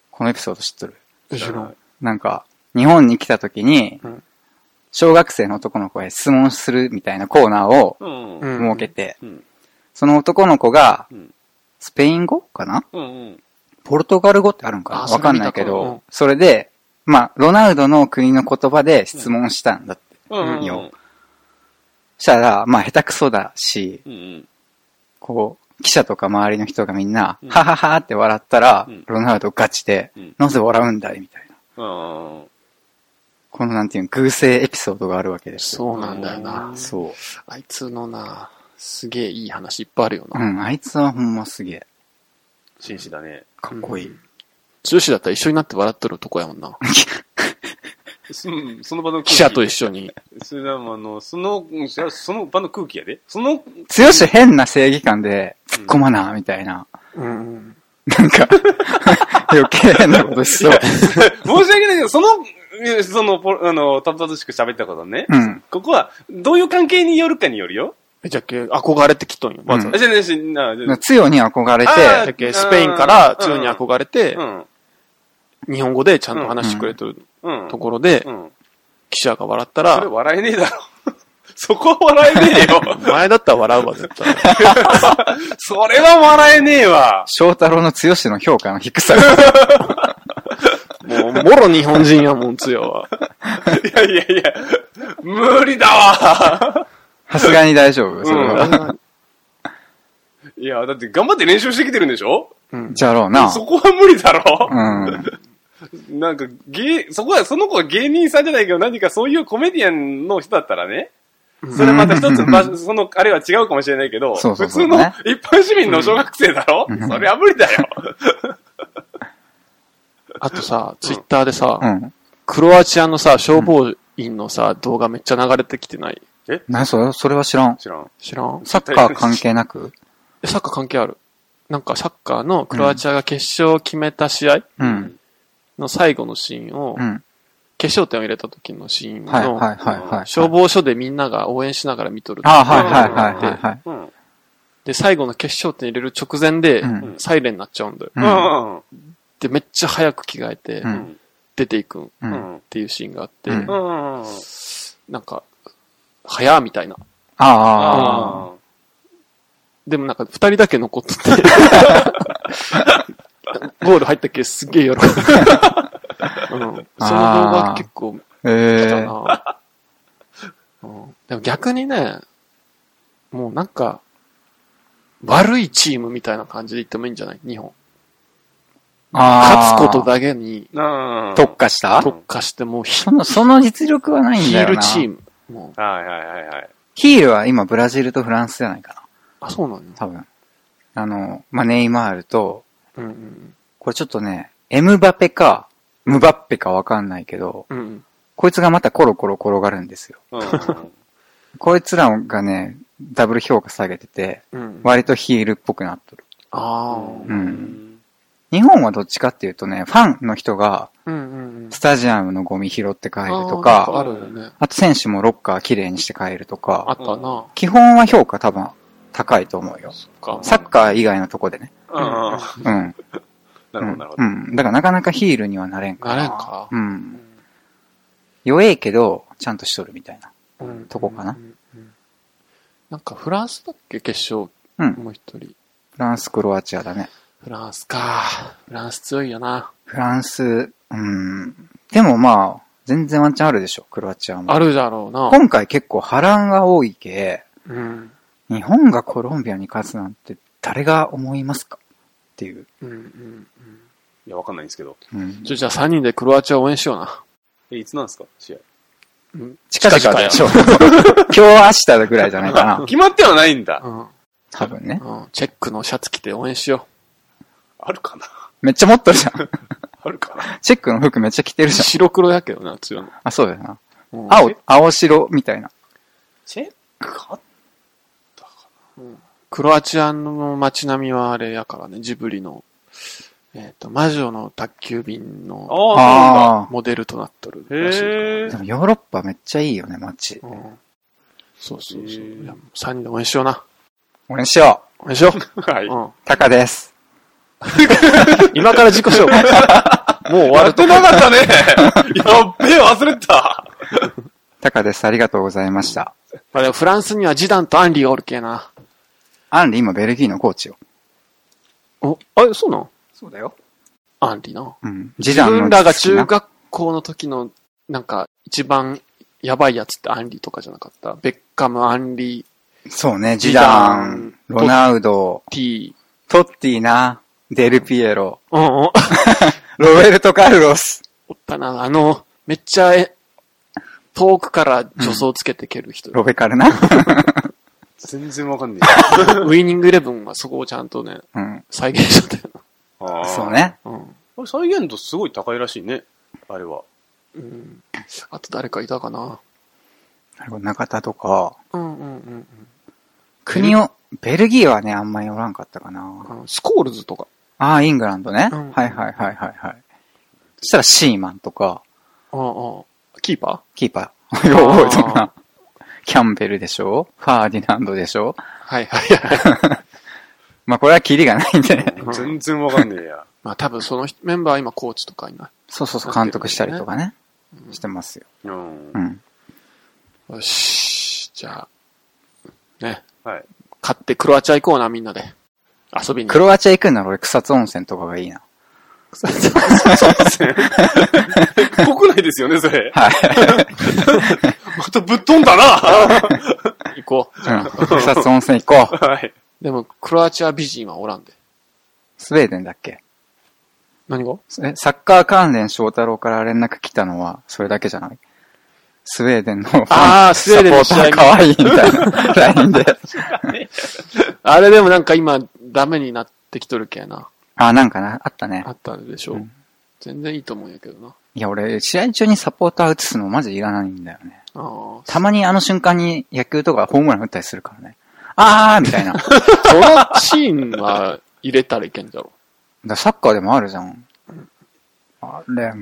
Speaker 1: このエピソード知っとる
Speaker 3: 知らない
Speaker 1: なんか、日本に来た時に
Speaker 3: うん、
Speaker 1: 小学生の男の子へ質問するみたいなコーナーを
Speaker 2: うん。
Speaker 3: うん
Speaker 1: 設けて、
Speaker 2: うん。
Speaker 1: その男の子が
Speaker 2: うん、
Speaker 1: スペイン語かな
Speaker 2: うんうん。
Speaker 1: ポルトガル語ってあるんかな
Speaker 3: あ
Speaker 1: わかんないけ
Speaker 3: それ見たかも
Speaker 1: ど、それで、まあ、ロナウドの国の言葉で質問したんだって。
Speaker 2: うんうん。
Speaker 1: よしたら、まあ、下手くそだし、
Speaker 2: うんうん。
Speaker 1: こう、記者とか周りの人がみんな、
Speaker 2: うん
Speaker 1: はははって笑ったら
Speaker 2: うん、
Speaker 1: ロナウドガチで
Speaker 2: うん、
Speaker 1: なぜ笑うんだいみたいな。
Speaker 2: うん。
Speaker 1: このなんていうの、偶性エピソードがあるわけですよ。
Speaker 3: そうなんだよな。
Speaker 1: そう。
Speaker 3: あいつのな、すげえいい話いっぱいあるよ
Speaker 1: う
Speaker 3: な。
Speaker 1: ん、あいつはほんますげえ。
Speaker 2: 紳士だね。
Speaker 1: かっこいい。
Speaker 3: 女子だったら一緒になって笑っとるとこやも んな。
Speaker 2: そうんその場の空気
Speaker 3: 記者と一緒に。
Speaker 2: それでもあの、その、うんそその場の空気やで。その、
Speaker 1: 強し変な正義感で突っ込まな、みたいな。
Speaker 3: うん。
Speaker 1: なんか、 余計なことしそう。
Speaker 2: 申し訳ないけど、その、えその、ポあの、たぶたぶしく喋ったことね。
Speaker 1: うん。
Speaker 2: ここは、どういう関係によるかによるよ。
Speaker 3: え、じゃけ、憧れてきとんよ、まず。
Speaker 1: うん
Speaker 2: あ、じゃあね、しな、じゃあ
Speaker 1: 強に憧れて、
Speaker 2: あー
Speaker 3: じゃけ、スペインから強に憧れて
Speaker 2: う、ん。
Speaker 3: 日本語でちゃんと話してくれてる
Speaker 2: うん。
Speaker 3: ところで、
Speaker 2: うん。
Speaker 3: 記者が笑った
Speaker 2: それ
Speaker 3: ら、
Speaker 2: 笑えねえだろ。 そこは笑えねえよ。
Speaker 3: お前だったら笑うわ、絶対。
Speaker 2: それは笑えねえわ。
Speaker 1: 翔太郎の強しの評価の低さが。
Speaker 3: もう、もろ日本人やもん、つよは。
Speaker 2: いやいやいや、無理だわ。
Speaker 1: さすがに大丈夫それは。
Speaker 2: いや、だって頑張って練習してきてるんでしょ
Speaker 3: うん
Speaker 1: じゃろうな。
Speaker 2: そこは無理だろ。
Speaker 1: うん。
Speaker 2: なんか、芸、そこは、その子は芸人さんじゃないけど、何かそういうコメディアンの人だったらね、それはまた一つ、
Speaker 1: うん
Speaker 2: まあその、あれは違うかもしれないけど、
Speaker 1: そうそう
Speaker 2: 普
Speaker 1: そ
Speaker 2: 通
Speaker 1: う
Speaker 2: の
Speaker 1: ね
Speaker 2: 一般市民の小学生だろ
Speaker 1: うん
Speaker 2: それは無理だよ。
Speaker 3: あとさ、ツイッターでさ、
Speaker 1: うん。
Speaker 3: クロアチアのさ、消防員のさ、動画めっちゃ流れてきてない。
Speaker 1: な、それ、それは知らん。
Speaker 2: 知らん。
Speaker 3: 知らん
Speaker 1: サッカー関係なく。
Speaker 3: えサッカー関係ある。なんかサッカーのクロアチアが決勝を決めた試合
Speaker 1: うん。
Speaker 3: の最後のシーンを、
Speaker 1: うん。
Speaker 3: 決勝点を入れた時のシーン
Speaker 1: はいはい
Speaker 3: の、
Speaker 1: はいはい。
Speaker 3: 消防署でみんなが応援しながら見とる。
Speaker 1: ああはいはいはいはいはい。
Speaker 2: うん。
Speaker 3: で、最後の決勝点入れる直前で
Speaker 1: う、ん。
Speaker 3: サイレンになっちゃうんだよ。
Speaker 1: う
Speaker 2: うんん。うん。
Speaker 3: で、めっちゃ早く着替えて
Speaker 1: う、ん
Speaker 3: 出ていくっ
Speaker 1: う。
Speaker 2: うんん。
Speaker 3: ていうシーンがあって、
Speaker 1: うん
Speaker 2: うん。
Speaker 3: なんか、早ーみたいな。
Speaker 1: ああ。
Speaker 2: あ
Speaker 3: でもなんか二人だけ残ってて、 ゴール入ったっけすっげえ喜ぶ。 うん、その動画結構見
Speaker 1: え
Speaker 3: た
Speaker 1: え。
Speaker 3: な、うん。でも逆にね、もうなんか、悪いチームみたいな感じで言ってもいいんじゃない日本。
Speaker 1: あ
Speaker 3: 勝
Speaker 1: あ。
Speaker 3: つことだけに
Speaker 2: あ。うん。
Speaker 1: 特化した
Speaker 3: 特化して、もうヒ
Speaker 1: その、その実力はないん
Speaker 3: ヒ
Speaker 1: だ
Speaker 3: ー
Speaker 1: よ
Speaker 3: ル
Speaker 1: な。
Speaker 3: チーム。もう、
Speaker 2: はいはいはいはい。
Speaker 1: ヒールは今ブラジルとフランスじゃないかな。
Speaker 3: あ、そうなの
Speaker 1: 多分。あの、まあ、ネイマールと、
Speaker 3: うんうん
Speaker 1: これちょっとね、エムバペか、ムバッペかわかんないけど、
Speaker 3: うん。うん
Speaker 1: こいつがまたコロコロ転がるんですよ。
Speaker 2: うん。
Speaker 1: こいつらがね、ダブル評価下げてて、
Speaker 3: うん。うん。あ
Speaker 1: 割とヒールっぽくなっとる。
Speaker 3: あー。
Speaker 1: ん日本はどっちかっていうとね、ファンの人が
Speaker 3: うんうんうん
Speaker 1: ス。タジアムのゴミ拾って帰ると
Speaker 3: あー
Speaker 1: か、
Speaker 3: なんあるよね。
Speaker 1: あと選手もロッカー綺麗にして帰るとか
Speaker 3: あっ、たな。
Speaker 1: 基本は評価多分高いと思うよ。
Speaker 3: か
Speaker 1: サッカー以外のとこでね。
Speaker 2: うん。
Speaker 1: うん。
Speaker 2: なるほどなるほ
Speaker 1: う
Speaker 2: ど。
Speaker 1: ん。だからなかなかヒールにはなれんかな。
Speaker 3: なれんか
Speaker 1: うん。弱えけど、ちゃんとしとるみたいな。
Speaker 3: うん
Speaker 1: とこかな。
Speaker 3: うんうんなんかフランスだっけ決勝。
Speaker 1: うん
Speaker 3: もう一人。
Speaker 1: フランス、クロアチアだね。
Speaker 3: フランスか。フランス強いよな。
Speaker 1: フランス、うん。でもまあ、全然ワンチャンあるでしょ、クロアチアも。
Speaker 3: あるだろうな。
Speaker 1: 今回結構波乱が多いけ、
Speaker 3: うん。
Speaker 1: 日本がコロンビアに勝つなんて誰が思いますかっていう。
Speaker 3: うんうんうん。
Speaker 2: いや、わかんないんですけど。
Speaker 1: うん
Speaker 3: ちょ、じゃあ3人でクロアチア応援しような。
Speaker 2: え、いつなんですか試合。
Speaker 3: うん。
Speaker 1: 近々でしょ。 今日明日ぐらいじゃないかな。
Speaker 2: 決まってはないんだ
Speaker 3: う。ん。
Speaker 1: 多分ね。
Speaker 3: うん。チェックのシャツ着て応援しよ
Speaker 2: あるかな
Speaker 1: めっちゃ持っとるじゃん。
Speaker 2: あるかな
Speaker 1: チェックの服めっちゃ着て
Speaker 3: う。
Speaker 1: るじゃん。
Speaker 3: 白黒やけどな、強いの。
Speaker 1: あ、そうだよな。
Speaker 3: うん
Speaker 1: 青、青白みたいな。
Speaker 2: チェックあ
Speaker 3: クロアチアの街並みはあれやからね、ジブリの、えっ、と、魔女の宅急便の
Speaker 2: ああ、
Speaker 1: あ
Speaker 3: モデルとなっとる
Speaker 2: そうなん
Speaker 3: らしい
Speaker 2: だ
Speaker 3: から。
Speaker 2: へ
Speaker 1: ー。で
Speaker 2: ー
Speaker 1: もヨーロッパめっちゃいいよね、街。
Speaker 3: うんそうそうそう。
Speaker 2: へー
Speaker 3: いや、3人で応援しような。
Speaker 1: 応援しよう。
Speaker 3: 応援しよう。
Speaker 2: はい。
Speaker 3: うん。
Speaker 1: タカです。
Speaker 3: 今から自己紹介。 もう終わ
Speaker 2: や
Speaker 3: る
Speaker 2: っ
Speaker 3: と
Speaker 2: て
Speaker 3: こ。
Speaker 2: なか ったねやっべえ、忘れてた
Speaker 1: タカです。ありがとうございました。
Speaker 3: まあでもフランスにはジダンとアンリーがおるけえな。
Speaker 1: アンリ今ベルギーのコーチよ。
Speaker 3: お、あれ、そうなん
Speaker 1: そうだよ。
Speaker 3: アンリーな。
Speaker 1: うん。次
Speaker 3: 自
Speaker 1: 男の
Speaker 3: 分らが中学校の時の、なんか、一番やばいやつってアンリーとかじゃなかった。ベッカム、アンリー、
Speaker 1: そうね、ジ
Speaker 3: ジ
Speaker 1: ダ
Speaker 3: ダ
Speaker 1: ン
Speaker 3: ン、
Speaker 1: ロナウド、
Speaker 3: ティー。
Speaker 1: トッティな、デルピエロ、
Speaker 3: うんうん。お
Speaker 1: ロベルト・カルロス。
Speaker 3: ったな。あの、めっちゃ、え遠くから助走つけて蹴る人。
Speaker 1: ロベカルな。
Speaker 2: 全然わかんね
Speaker 3: ウイニングイレブンはそこをちゃんとね、
Speaker 1: うん。
Speaker 3: 再現しちゃったよ
Speaker 2: え。
Speaker 1: そう。ね。
Speaker 3: な。うん。
Speaker 2: これ再現度すごい高いらしいね。あれは。
Speaker 3: うん。あと誰かいたかな。
Speaker 1: なるほど、中田とか。
Speaker 3: うんうんうん
Speaker 1: 国を、ベルギーはね、あんまりおらんかったかな。
Speaker 3: うん。あのスコールズとか。
Speaker 1: ああ、イングランドね。
Speaker 3: うん
Speaker 1: はいはいはいはいはい。そしたらシーマンとか、
Speaker 3: ああ、キーパ
Speaker 1: キーパー。よう覚えとんな。 キャンベルでしょファーディナンドでしょ
Speaker 3: ーはいはいはい。
Speaker 1: まあこれはキリがないんでね。
Speaker 2: ね
Speaker 3: うん。
Speaker 2: 全然わかんねえや。
Speaker 3: まあ多分その人メンバーは今コーチとかいない。
Speaker 1: そうそうそう、監督したりとかね、
Speaker 3: うん
Speaker 1: してますよ。
Speaker 2: うん
Speaker 1: う。ん。
Speaker 3: よし、じゃあ、ね、
Speaker 2: はい。
Speaker 3: 勝ってクロアチア行こうな、みんなで。遊びに。
Speaker 1: クロアチア行くんなら俺草津温泉とかがいいな。
Speaker 2: 国内ですよね、それ。
Speaker 1: はい。
Speaker 2: またぶっ飛ん だな
Speaker 3: 行こ
Speaker 1: うん。草津温泉行こう。
Speaker 2: はい。
Speaker 3: う。でも、クロアチア美人はおらんで。
Speaker 1: スウェーデンだっけ
Speaker 3: 何が
Speaker 1: え、サッカー関連翔太郎から連絡来たのは、それだけじゃないスウェーデンのファン
Speaker 3: あースウェーデンの試合
Speaker 1: サポーター可愛いみたいな LINE で。
Speaker 3: あれでもなんか今、ダメになってきとるけやな。
Speaker 1: あ、なんかな、あったね
Speaker 3: あ。ったでしょ。
Speaker 1: うん
Speaker 3: 全然いいと思うんやけどな。
Speaker 1: いや、俺、試合中にサポーター映すのマジいらないんだよね。
Speaker 3: ああ。
Speaker 1: たまにあの瞬間に野球とかホームラン打ったりするからね。あーみた いな。だか
Speaker 3: そのシーンは入れたらいけんじゃろ。
Speaker 1: らサッカーでもあるじゃん。あれ、
Speaker 3: まあ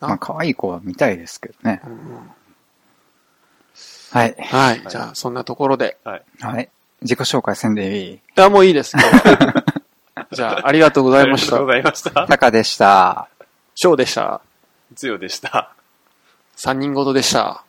Speaker 1: ま
Speaker 3: な
Speaker 1: あ、可愛い子は見たいですけどね。
Speaker 3: うんうん
Speaker 1: はい。
Speaker 3: はい、じゃあ、そんなところで。
Speaker 2: はい。
Speaker 1: はい。自己紹介せんでいい
Speaker 3: あ、もういいです。今日はじゃあ、ありがとうございまし
Speaker 2: ありがとう
Speaker 3: た
Speaker 2: ご。ざいました。
Speaker 1: タカでした。
Speaker 3: ショーでした。
Speaker 2: つよでした。
Speaker 3: 3人ごとでした。